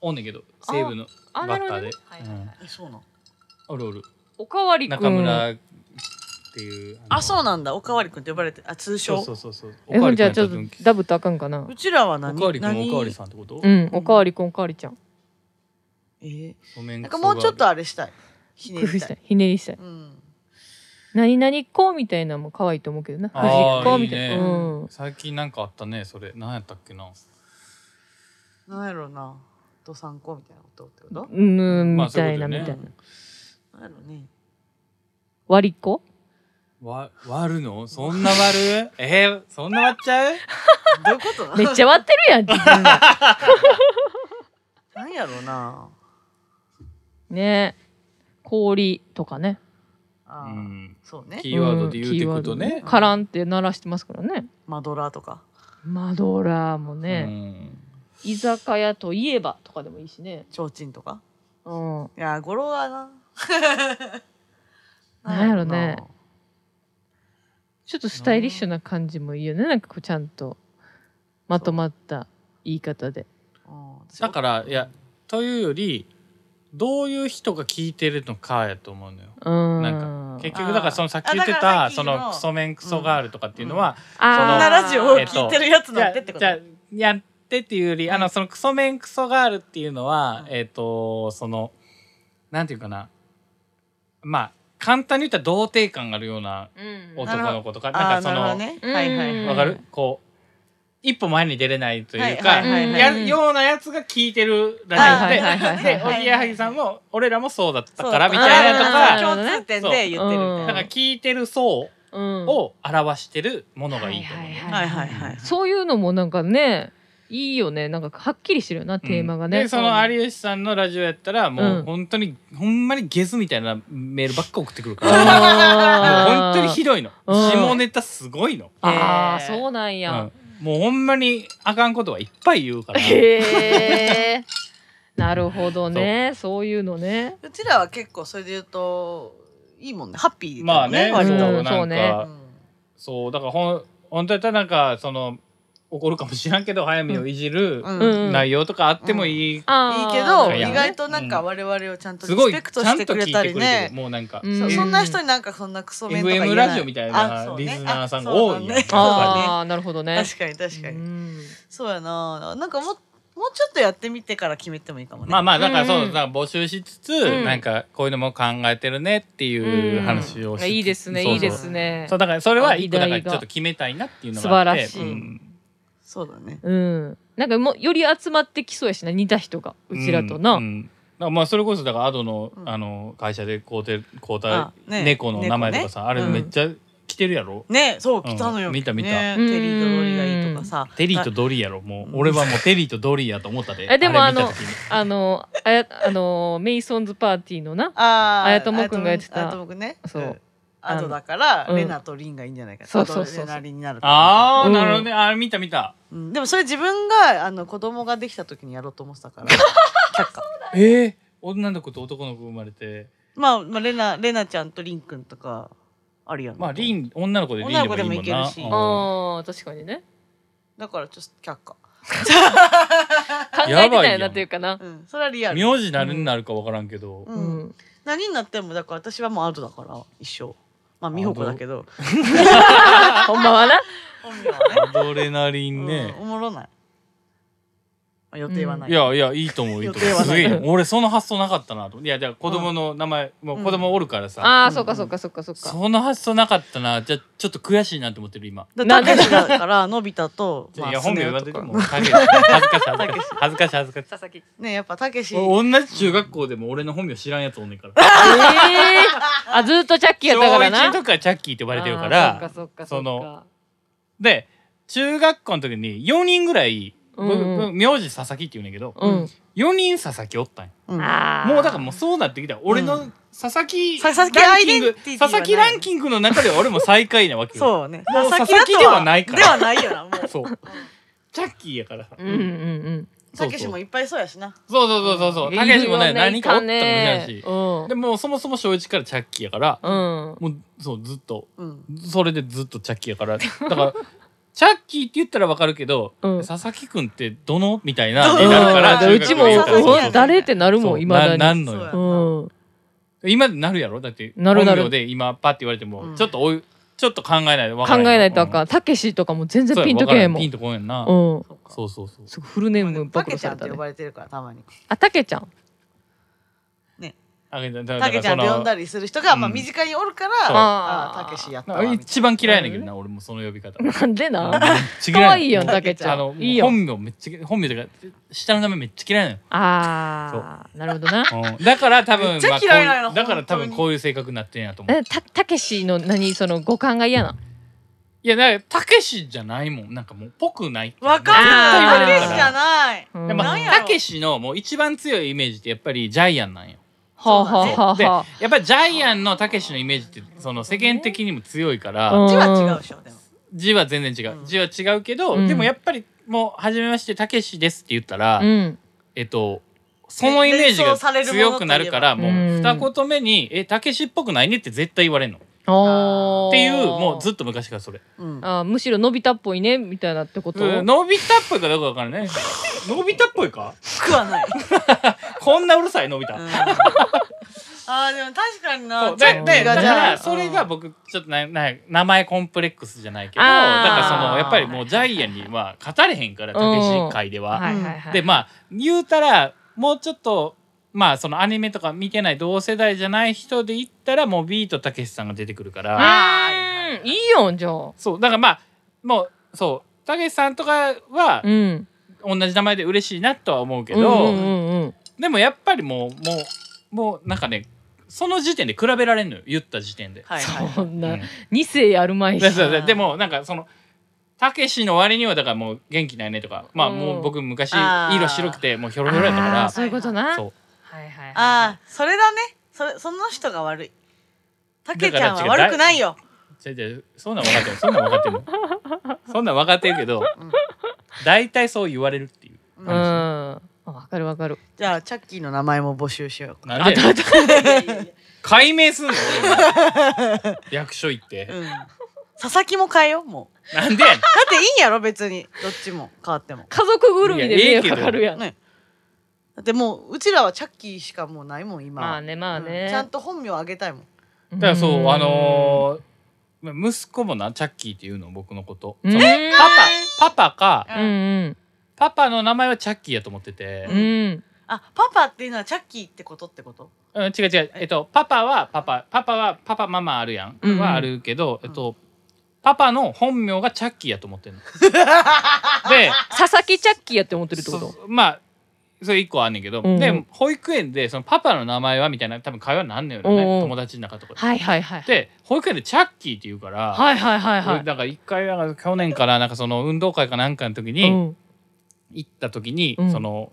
S3: おんねんけど、
S1: あ
S3: 西武の
S1: あな
S3: バ
S1: るほ
S3: ッ
S1: ど
S3: ター
S1: ね
S3: で。
S1: はいはいはい
S3: うん
S2: えそうなん
S3: おるおる。
S1: おかわりくん
S3: 中村っていう。の
S2: あそうなんだおかわりくんって呼ばれてあ通称
S3: そうそうそうそう。
S1: え
S3: おか
S1: ほ
S3: わ
S1: ん
S3: り
S1: じゃ
S3: くん
S1: あ
S3: や
S1: ち
S3: た
S1: ょっ
S3: ら
S1: とダブとあかんかな
S2: うちらは何
S3: おかわりくん、
S2: 何
S3: おかわりさんってこと
S1: うんおかわりくんおかわりちゃん
S2: えー
S3: ごめん
S2: なんかもうちょっと
S3: あ
S2: あれしたいひね
S1: 工夫
S2: り
S1: した
S2: い
S1: いひねりしたい
S2: うん
S1: 何々っ子みたいなのも可愛いと思うけどな藤
S3: あ
S1: っ
S3: ー
S1: 子
S3: い
S1: み
S3: い
S1: たい
S3: ね
S1: なうん
S3: 最近なんかあったねそれ何やったっけな
S2: なんやろうなどさんこみたいなことってこと
S1: うん
S3: まあ
S1: みたいな
S3: そう
S1: み
S3: いうこ
S1: た
S3: と
S1: い
S3: よ
S1: な
S2: なんやろうね
S1: 割りっ子
S3: わ割るのそんな割るえー、そんな割っち ゃう
S2: どういうことな
S1: めっちゃ割ってるやん自分 が
S2: なんやろうな
S1: ね氷とかね
S2: あ
S3: う
S2: ー、
S3: ん
S2: そうね
S3: キーワードで言う
S1: うん
S3: てくと
S1: キーワード
S3: ね。
S1: カランって鳴らしてますからね
S2: マドラーとか
S1: マドラーも
S3: う
S1: ね、
S3: ん
S1: 居酒屋といえばとかでもいいしね
S2: 提灯とか
S1: うん
S2: いやー語呂はな
S1: なんやろ
S2: な
S1: ねちょっとスタイリッシュな感じもいいよねなんかこうちゃんとまとまった言い方で
S2: うん私
S3: だからいやというよりどういう人が聞いてるのかやと思うのよ。
S1: うん
S3: な
S1: か
S3: ん結局だからそのさっき
S2: あー
S3: 言って
S2: だからさっ
S3: たそ
S2: きの
S3: のクソメンクソガールとかっていうのは、
S2: そん
S3: の
S2: なラジオを
S3: えっと
S2: 聞いてるやつ
S3: じゃ
S2: なん
S3: あ
S2: てってこと
S3: じゃあやってっていうより、あのそのクソメンクソガールっていうのは、
S2: うん
S3: えっ、とそのなんていうかなまあ簡単に言ったら童貞感があるような
S1: うん
S3: 男の子とか
S2: あ
S3: な
S2: ー
S3: んかそ
S2: なるほど
S3: の、
S2: ね
S1: うん
S2: はいはい
S3: わかるこう一歩前に出れないというか、
S2: はいはいはいはい
S3: やるようなやつが聞いてるらしいで、
S1: はいはいはいはい
S3: でおぎやはぎさんも俺らもそうだった
S2: そう
S3: からみ
S1: だ
S3: たいなと
S1: あー
S3: か、
S1: なるほど
S2: 共
S1: ね
S2: 通点で言ってる
S1: そう
S2: みたい
S3: なんか
S2: な
S3: 聞いてる層
S1: うん
S3: を表してるものがいいと思う。
S1: はい
S2: はいはいはい
S1: そういうのもなんかねいいよねなんかはっきりしてるよなテーマが
S3: うん
S1: ね
S3: でその有吉さんのラジオやったらも
S1: うん
S3: う本当に、ほんまにゲスみたいなメールばっか送ってくるからもう
S1: あ ー
S3: 本当にひどいの
S1: うん
S3: 下ネタすごいの、
S1: あー
S2: えー
S1: そうなん
S3: う
S1: や
S3: ん、もうほんまにあかんことはいっぱい言うから
S1: へえなるほどねそういうのね
S2: うちらは結構それで言うといいもんねハッピー
S3: ま
S2: だ
S3: あね
S2: 割と
S3: そううんな
S1: そうんね
S3: かそうだからほん本当やったらなんかその怒るかもしらんけど早見をいじる
S2: うん
S1: うん
S3: 内容とかあってもいい、
S2: いい
S1: あー
S2: けど
S3: いや
S2: 意外となんか我々をちゃんと
S3: す
S2: リ
S3: ご
S2: ス
S3: い
S2: ペク
S3: ち
S2: ト
S3: ゃ
S2: し
S3: ん
S2: て
S3: と
S2: く
S3: 聞
S2: れ
S3: いて
S2: た
S3: くれ
S2: り
S3: て
S2: ね
S3: るもうなんか、
S1: うん
S2: そう
S1: え
S2: そんな人になんかそんなクソ面とか言え
S3: FM
S2: ない
S3: ラジオみたいな
S2: あそうね
S3: リスナーさんが
S2: あそう
S3: 多
S2: だ
S3: い
S2: ね
S3: んや
S2: あ
S1: あーなるほどね
S2: 確かに確かに、
S1: うん
S2: そうやななんかもうもうちょっとやってみてから決めてもいいかもね、
S3: まあまあだからそう、
S1: うんうん
S3: だから募集しつつ、
S1: うん
S3: なんかこういうのも考えてるねっていう話をしつつ、
S1: いいですね
S3: そうそう
S1: いいですね
S3: そうだからそれは
S1: あ
S3: 一個だから
S1: 議題
S3: ち
S1: が
S3: ょっと決めたいなっていうのがあって
S1: 素
S2: 晴らしい
S3: うん
S2: そうだね
S1: うんなんかもうより集まってきそうやしな似た人がうちらと
S3: う
S1: なん
S3: だからまあそれこそだからアドの、
S2: うん
S3: あの会社で交代交
S2: あ
S3: 代
S2: ね
S3: 猫の名前とかさ、あれ
S2: ねうん
S3: めっちゃ来てるやろ、
S2: ねそう
S3: うん
S2: 来たのよ、
S3: 見た見た
S2: ね
S1: うん
S2: テリーとロリがいいとかさ
S3: テリーとドリーやろもう
S2: うん
S3: 俺はもうテリーとドリーやと思ったで
S1: えでも
S3: れ見た時に
S1: あのあやあのメイソンズパーティーのな
S2: あ
S1: あやともくんがやってた
S2: あやともくんね
S1: そうん
S2: あとだから、
S1: うん
S2: レナとリンがいいんじゃないか
S1: そうそうそうそう
S2: あとレナリンになると思
S3: ああ、
S1: うん
S3: なるほどねあれ見た見た
S2: う、うん、でもそれ自分があの子供ができた時にやろうと思って たから却下
S3: えー、女の子と男の子生まれて
S2: まあ、まあ、レナレナちゃんとリンくんとかあるやん
S3: まあリ
S2: ン
S3: ン女の子でリンでも
S2: 女の子
S3: いいもんな
S2: でもいけるし
S3: うん
S1: あー確かにね
S2: だからちょっと却下
S1: 考えてたやなっていうかな
S2: うんそれはリアル
S3: 名字何になるか分からんけど、
S2: う
S1: うんん
S2: 何になってもだから私はもうアウトだから一生まあ美穂子だけど
S1: ほんまは な
S2: 本名はね
S3: アドレナリンね
S2: うん、おもろない、まあ、予定はない、
S3: いやいやいいと思ういいと
S2: 予定
S3: 思
S2: は
S3: う
S2: な
S3: す
S2: い
S3: げえ俺その発想なかったなと思っていやじゃあ子供の名前、もう子供おるからさ、
S1: あ
S2: う
S1: ー
S2: ん
S1: そっかそっかそっかそっか
S3: その発想なかったなじゃあちょっと悔しいなって思ってる今、
S2: だ
S1: な
S2: た
S1: んで
S2: けしだからのび太 と、
S3: いや本名言われて
S2: スネ夫
S3: も
S2: とか
S3: 恥ずかしい恥ずかしい恥ずかしい恥ずかしい
S1: 佐々木
S2: ねやっぱたけし
S3: 俺 同じ中学校でも俺の本名知らんやつおんねんから
S1: ええあずっとチャッキーや
S3: 小
S1: ったから
S3: 1
S1: な
S3: の時からチャッキーって呼ばれてるか
S1: あー
S3: ら
S1: そっかそっかそ
S3: そ
S1: の
S3: ので中学校の時に4人ぐらい、
S1: うん
S3: ぶ
S1: うん
S3: ぶ名字佐々木って言うねんけど、
S1: うん
S3: 4人佐々木おったんよ
S2: うん
S1: あー
S3: もうだからもうそうなってきたら俺
S2: う
S3: の佐々木
S2: 佐々木
S3: ランキン
S2: アイデン
S3: グ
S2: ティティはない
S3: 佐々木ランキングの中では俺も最下位なわけ よ
S2: そうね
S3: もう
S2: だ
S3: 佐々木
S2: だと
S3: ではないから
S2: ではないよなもう
S3: そう。チャッキーやからさ。
S1: うんうんうん
S2: たけしもいっぱいそうやしな
S3: そうそうそうそうそう。たけしもね、何かおったかもしれないし
S1: う。ん
S3: でもうそもそも小一からチャッキーやから、
S1: うん
S3: もうそうずっと
S2: うん
S3: それでずっとチャッキーやから。だから。チャッキーって言ったらわかるけど、
S1: うん
S3: 佐々木くんってどのみたいな
S2: ど
S3: に
S2: の
S3: なるから
S2: あー
S1: うちも
S2: 中学校
S1: う
S2: や
S1: ん誰ってなるもん
S3: そう
S1: いまだ
S3: なな
S1: に
S3: んのよ
S2: そう
S1: うん
S3: 今でなるやろだって
S1: なるなる
S3: 本名で今パッて言われても、
S2: うん
S3: ちょっとおいちょっと考えないとわ
S1: 考
S3: か
S1: え
S3: らん
S1: ないとあかんたけしとかも全然ピンとけえへんも
S3: ピ
S1: ん
S3: ンとこへん
S1: う
S3: な、
S1: ん
S2: そうか
S3: そうそうそう
S1: すごいフルネーム
S2: た
S1: 暴露
S2: けちゃ
S1: さ
S2: ん
S1: れ
S2: って
S1: た
S2: 呼
S1: ね
S2: ばれてるからたまに
S1: あたけちゃん
S3: あげちゃんだ
S2: た
S3: か
S2: け
S3: ら
S2: ちゃ
S3: そ
S2: んって呼ん
S3: の
S2: だりする人が、まあ
S3: うん
S2: 身近におるから、
S3: そう
S2: ああたけしやったわみたい
S3: 一番嫌いだけどな俺もその呼び 方
S1: なんでな
S3: ち
S1: 可愛いよ
S2: な
S1: たけちゃ
S3: あ
S1: ん
S3: の
S1: いいよ
S3: 本名めっちゃ本名とか下の名前めっちゃ嫌いなのよ
S1: ああなるほどな
S3: うんだから多
S2: め
S3: 分
S2: っちゃ
S3: まあこう
S2: 嫌いなの
S3: いうだから多
S2: 本当
S3: 分
S2: に
S3: こういう性格になってんやと思う
S1: えたたけしの何その五感が嫌なの
S3: いやだからたけしじゃないもんなんかもうぽくない
S2: なわかる
S1: あー
S2: たけしじゃない
S1: うん
S3: で
S1: ま
S3: も
S2: なんやろ
S3: たけしのもう一番強いイメージってやっぱりジャイアンなんよ
S1: はあはあは
S3: で
S1: あは
S3: やっぱりジャイアンのたけしのイメージってその世間的にも強いから、
S1: うん
S2: 字は違うでしょでも
S3: 字は全然違う、
S2: うん
S3: 字は違うけど、
S1: うん
S3: でもやっぱりもう初めましてたけしですって言ったら、
S1: あうん
S3: えっとそのイメージ
S2: 連
S3: が
S2: 想されるものといえば
S3: 強くなるからもう
S1: うん
S3: 二言目に「えたけしっぽくないね」って絶対言われんの、
S1: おー
S3: っていうもうずっと昔からそれ
S2: うん
S1: あーむしろのび太っぽいねみたいなってこと
S3: うんのび太っぽいかどうかわからんねのび太っぽいか
S2: 服はない、うん
S3: こんなうるさいのび太、
S2: あーでも確かに
S3: そ
S2: な
S3: うで
S1: ょっと
S3: で
S1: が
S3: だか
S1: じゃ
S3: らそれが僕ちょっとなな名前コンプレックスじゃないけどだ
S1: あー
S3: からそのやっぱりもうジャイアンには語れへんからたけし界では。
S1: はいはいはい
S3: でまあ言うたらもうちょっとまあそのアニメとか見てない同世代じゃない人で言ったらもうビートたけしさんが出てくるから、
S1: あいいよじゃあ
S3: そうだからまあもうそうたけしさんとかは
S1: うん
S3: 同じ名前で嬉しいなとは思うけど、
S1: うんうんうんうん
S3: でもやっぱりもうもうもうなんかねその時点で比べられんのよ言った時点で。
S2: はいはい
S1: そん
S3: う
S1: なん二世あるまいし
S3: そうそうそうでもなんかそのたけしの割にはだからもう元気ないねとかまあ
S1: うん
S3: もう僕昔
S2: あー
S3: 色白くてもうひょろひょろやった
S1: あー
S3: か
S1: そういうこと
S3: ら
S1: な
S3: そう
S1: はいはいはい
S2: ああそれだねそれその人が悪いたけちゃんは悪くないよ
S3: じゃじゃそんなん分かってるそんなん分かってるそんなん分かってるけど
S2: うん
S3: 大体そう言われるっていう
S2: う
S1: うん
S2: ん
S1: あわかるわかる
S2: じゃあチャッキーの名前も募集しようか
S3: なんで解明すんの俺今役所行って
S2: うん佐々木も変えようもう
S3: なんでやねん
S2: だっていいんやろ別にどっちも変わっても
S1: 家族ぐるみで
S3: いやえ
S1: 迷惑
S3: えけど
S1: かかるやん
S2: ねだってもううちらはチャッキーしかもうないもん今は
S1: まあねまあ
S2: う
S1: ね
S2: んちゃんと本名あげたいもん
S3: だからそうあのーま息子もなチャッキーっていうの僕のこと
S1: うん
S3: そのパパパパか
S1: うんうん
S3: パパの名前はチャッキーやと思ってて
S1: う、ん
S2: あパパっていうのはチャッキーってことってこと
S3: うん、違う違う、えっと、パパはパパパパはパパママあるやん、
S1: うんうん
S3: はあるけど、えっと、パパの本名がチャッキーやと思 ってんの。で
S1: 佐々木チャッキーやって思ってるってこと
S3: そまあそれ一個あんねんけど、
S1: うんうん
S3: で保育園でそのパパの名前はみたいな多分会話になんねんよね、
S1: うんうん
S3: 友達の中とかで。
S1: はいはいはい
S3: で保育園でチャッキーって言うから、
S1: はいはいはいは
S3: 俺
S1: い
S3: なんか一回なんか去年からなんかその運動会かなんかの時に、
S1: うん
S3: 行った時に、
S1: うん
S3: その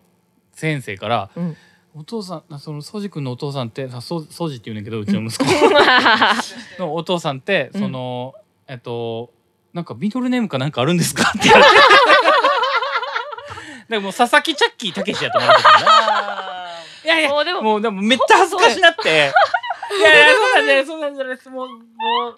S3: 先生から、
S1: うん
S3: お父さんあそのソジ君のお父さんってあソソジって言うんだけどうちの息子 のお父さんって
S1: うん
S3: その、えっとなんかミドルネームかなんかあるんですかって言われて でもう佐々木チャッキーたけしやと思ってた んだ
S2: あ
S3: いやいや
S1: もうでも
S3: もうでもめっちゃ恥ずかしなって。いやいや、そうなんじゃない、そうなんじゃないです。もう、もう、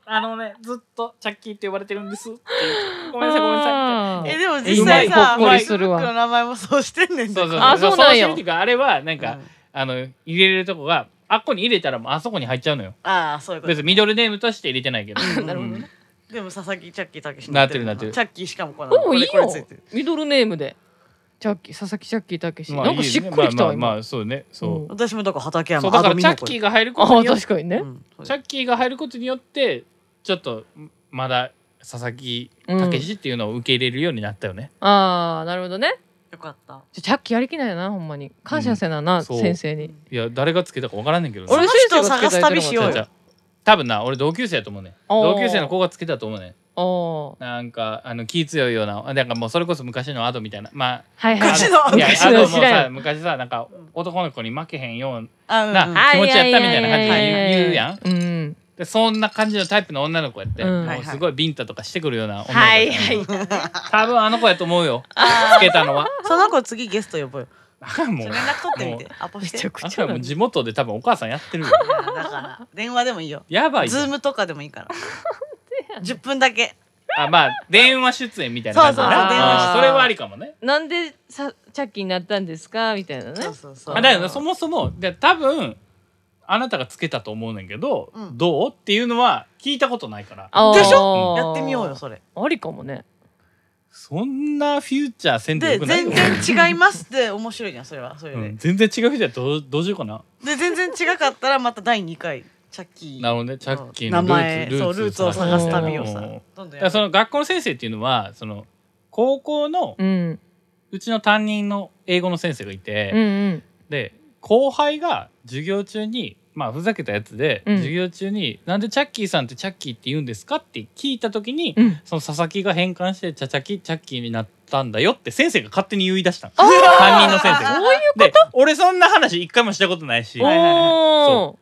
S3: あのね、ずっとチャッキーって呼ばれてるんですっていう。ごめんなさい、ごめんなさいみたいな。
S1: あ
S2: ー
S1: ー
S2: えでも実際さ
S3: うまいほっこり
S1: する
S2: マ
S1: わ
S2: イクの名前もそうしてんねん
S3: そうそう
S1: あそうなんや
S3: のシミュニティがあれはなん
S2: う
S3: か、
S2: ん
S3: あの入れれるとこがあっこに入れたらもうあそこに入っちゃうのよ
S2: ああそういうこと
S3: 別にミドルネームとして入れて ないけど
S1: なるほどね
S2: でも佐々木チャッキーたけし
S3: なってるなってる
S2: チャッキーしかもこの
S1: もういい
S2: これ
S1: よ
S2: これついてる
S1: ミドルネームでチャッキー佐々木チャッキーたけし
S3: まあ
S1: なんかしっくりきたわ
S3: いいねまあ
S1: 今
S3: まあ、まあ、そうねそう,、
S1: うん
S2: 私もだから畠
S3: そ
S2: 山
S3: うだからチャッキー
S2: ー
S3: が入るこ
S1: あ
S3: と
S1: あ
S3: によっ
S1: 確
S3: て
S1: かにね
S3: チャッキーが入ることによってちょっとまだ佐々木
S1: うん
S3: 武史っていうのを受け入れるようになったよね、
S1: ああなるほどね
S2: よかった
S1: じゃチャッキーやりきないなほんまに感謝せなな
S3: うんそう
S1: 先生に
S3: いや誰がつけたかわからんねんけど
S2: そ
S1: 俺
S2: の
S1: 先生
S2: 人を
S1: がつけた
S2: 探す
S1: やつ
S2: 旅しよう
S3: じゃ
S2: よ
S3: あ多分な俺同級生やと思うねん
S1: おー
S3: 同級生の子がつけたと思うねん
S1: おおー
S3: なんかあの気強いようななんかもうそれこそ昔のアドみたいなまあ
S1: はいはい
S2: 昔の
S3: いや
S1: 昔
S3: あ
S1: の
S3: のもう
S1: 知ら
S3: さ
S1: ん
S3: 昔さなんか男の子に負けへんよう
S2: あうん
S3: な
S2: うん
S3: 気持ちやったみたいな感じで言うやん
S1: んうん
S3: でそんな感じのタイプの女の子やって、
S1: うん
S3: もうすごいビンタとかしてくるような女の子やっ
S1: は
S3: て
S1: いはい
S3: 多分あの子やと思うよつけたのは
S2: その子次ゲスト呼ぼうよ
S3: あかんもう
S2: 連絡取ってみ
S3: も
S2: てアポ
S1: め
S2: して
S1: ちゃ
S2: だ
S1: く
S3: あん
S1: ちゃ
S3: た
S1: だ
S3: もう
S1: ね
S3: 地元で多分お母さんやってるよ
S2: から電話でもいいよ
S3: やばいよ
S2: ズームとかでもいいから10 分だけ
S3: あまあ電話出演みたいな感じだな
S1: そうそうそう電話出演
S3: あーそれはありかもね
S1: なんでさチャッキーになったんですかみたいなね
S2: そうそうそう
S3: まあだからそもそもで多分あなたがつけたと思うねんけど、
S2: うん
S3: どうっていうのは聞いたことないから
S1: あー
S2: でしょやってみようよそれ
S1: ありかもね
S3: そんなフューチャーせんで
S2: で
S3: よくない
S2: 全然違いますって面白いじゃんそれはそれ
S3: う
S2: で
S3: ん、全然違うフューチャーどどうしようかな
S2: で全然違かったらまた第2回チャッキー
S3: なるほどねチャッキーのル
S2: 名前
S3: ーツ
S2: そうルーツを探す旅をさ
S3: うん
S2: どんどん
S3: だ
S2: やろ
S3: か
S2: う
S3: らその学校の先生っていうのはその高校の
S1: うん
S3: うちの担任の英語の先生がいて、
S1: うんうん
S3: で後輩が授業中にまあふざけたやつで、
S1: うん
S3: 授業中に「なんでチャッキーさんってチャッキーって言うんですか?」って聞いた時に、
S1: うん
S3: その佐々木が変換して「チャチャキチャッキーになったんだよ」って先生が勝手に言い出したの
S1: あー
S3: 担任の先生が。
S1: そういう
S3: で俺そんな話一回もしたことないし
S1: お
S2: はいはいはい
S1: お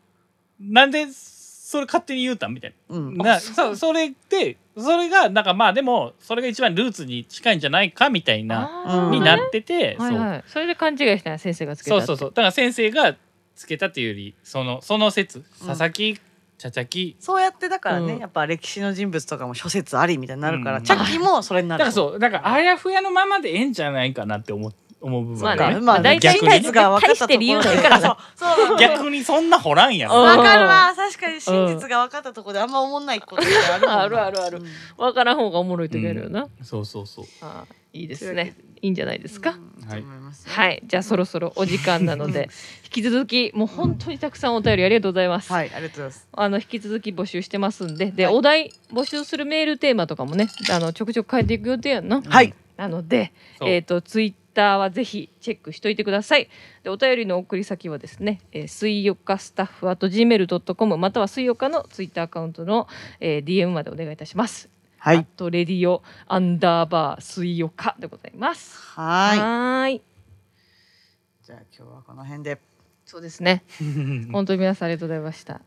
S1: ー
S3: なんでそれ勝手に言うたんみたいな。
S2: うん
S3: なそそれでそれがなんかまあでもそれが一番ルーツに近いんじゃないかみたいな
S1: あー
S3: になってて、
S1: はい
S3: そう
S1: はいそれで勘違いしたな先生がつけたっ
S3: そう
S1: て
S3: そうそうだから先生がつけたっていうよりそのその説佐々木、チャチャキ
S2: そうやってだからね、
S1: うん
S2: やっぱ歴史の人物とかも諸説ありみたいになるから、
S3: うん
S2: チャッキーもそれになる
S3: だからそうだからあやふやのままでええんじゃないかなって思う思う部分
S1: まあ
S3: が
S1: ね
S3: ね,、
S2: まあ
S1: 大体
S3: 逆にね
S2: が分かった
S1: 大し
S2: ところで
S1: て理由ないからな
S2: そうそう
S3: 逆にそんな掘らんやん
S1: うん
S2: わかるわ確かに真実が分かったところであんま思んないことってあるもんな
S1: あるあるある
S2: うん
S1: わからん方がおもろい時あるよな、
S3: そうそうそう
S1: あーいいですねいいんじゃないですか、
S2: うん
S3: はい
S2: と思いますよ
S1: はいじゃあそろそろお時間なの で引き続きもう本当にたくさんお便りありがとうございます、
S2: はいありがとうございます
S1: あの引き続き募集してますんでで、
S2: はい
S1: お題募集するメールテーマとかもねあのちょくちょく変えていく予定やんな
S2: はい
S1: なので
S3: そう
S1: えっ、とツイッターはぜひチェックしといてくださいでお便りの送り先はですね、えー、水曜日スタッフあと gmail.com または水曜日のツイッターアカウントの、えー DM までお願いいたします
S2: は
S1: あ
S2: い
S1: とレディオアンダーバー水曜日でございます
S2: はい
S1: ーい
S2: じゃあ今日はこの辺で
S1: そうですね本当に皆さんありがとうございました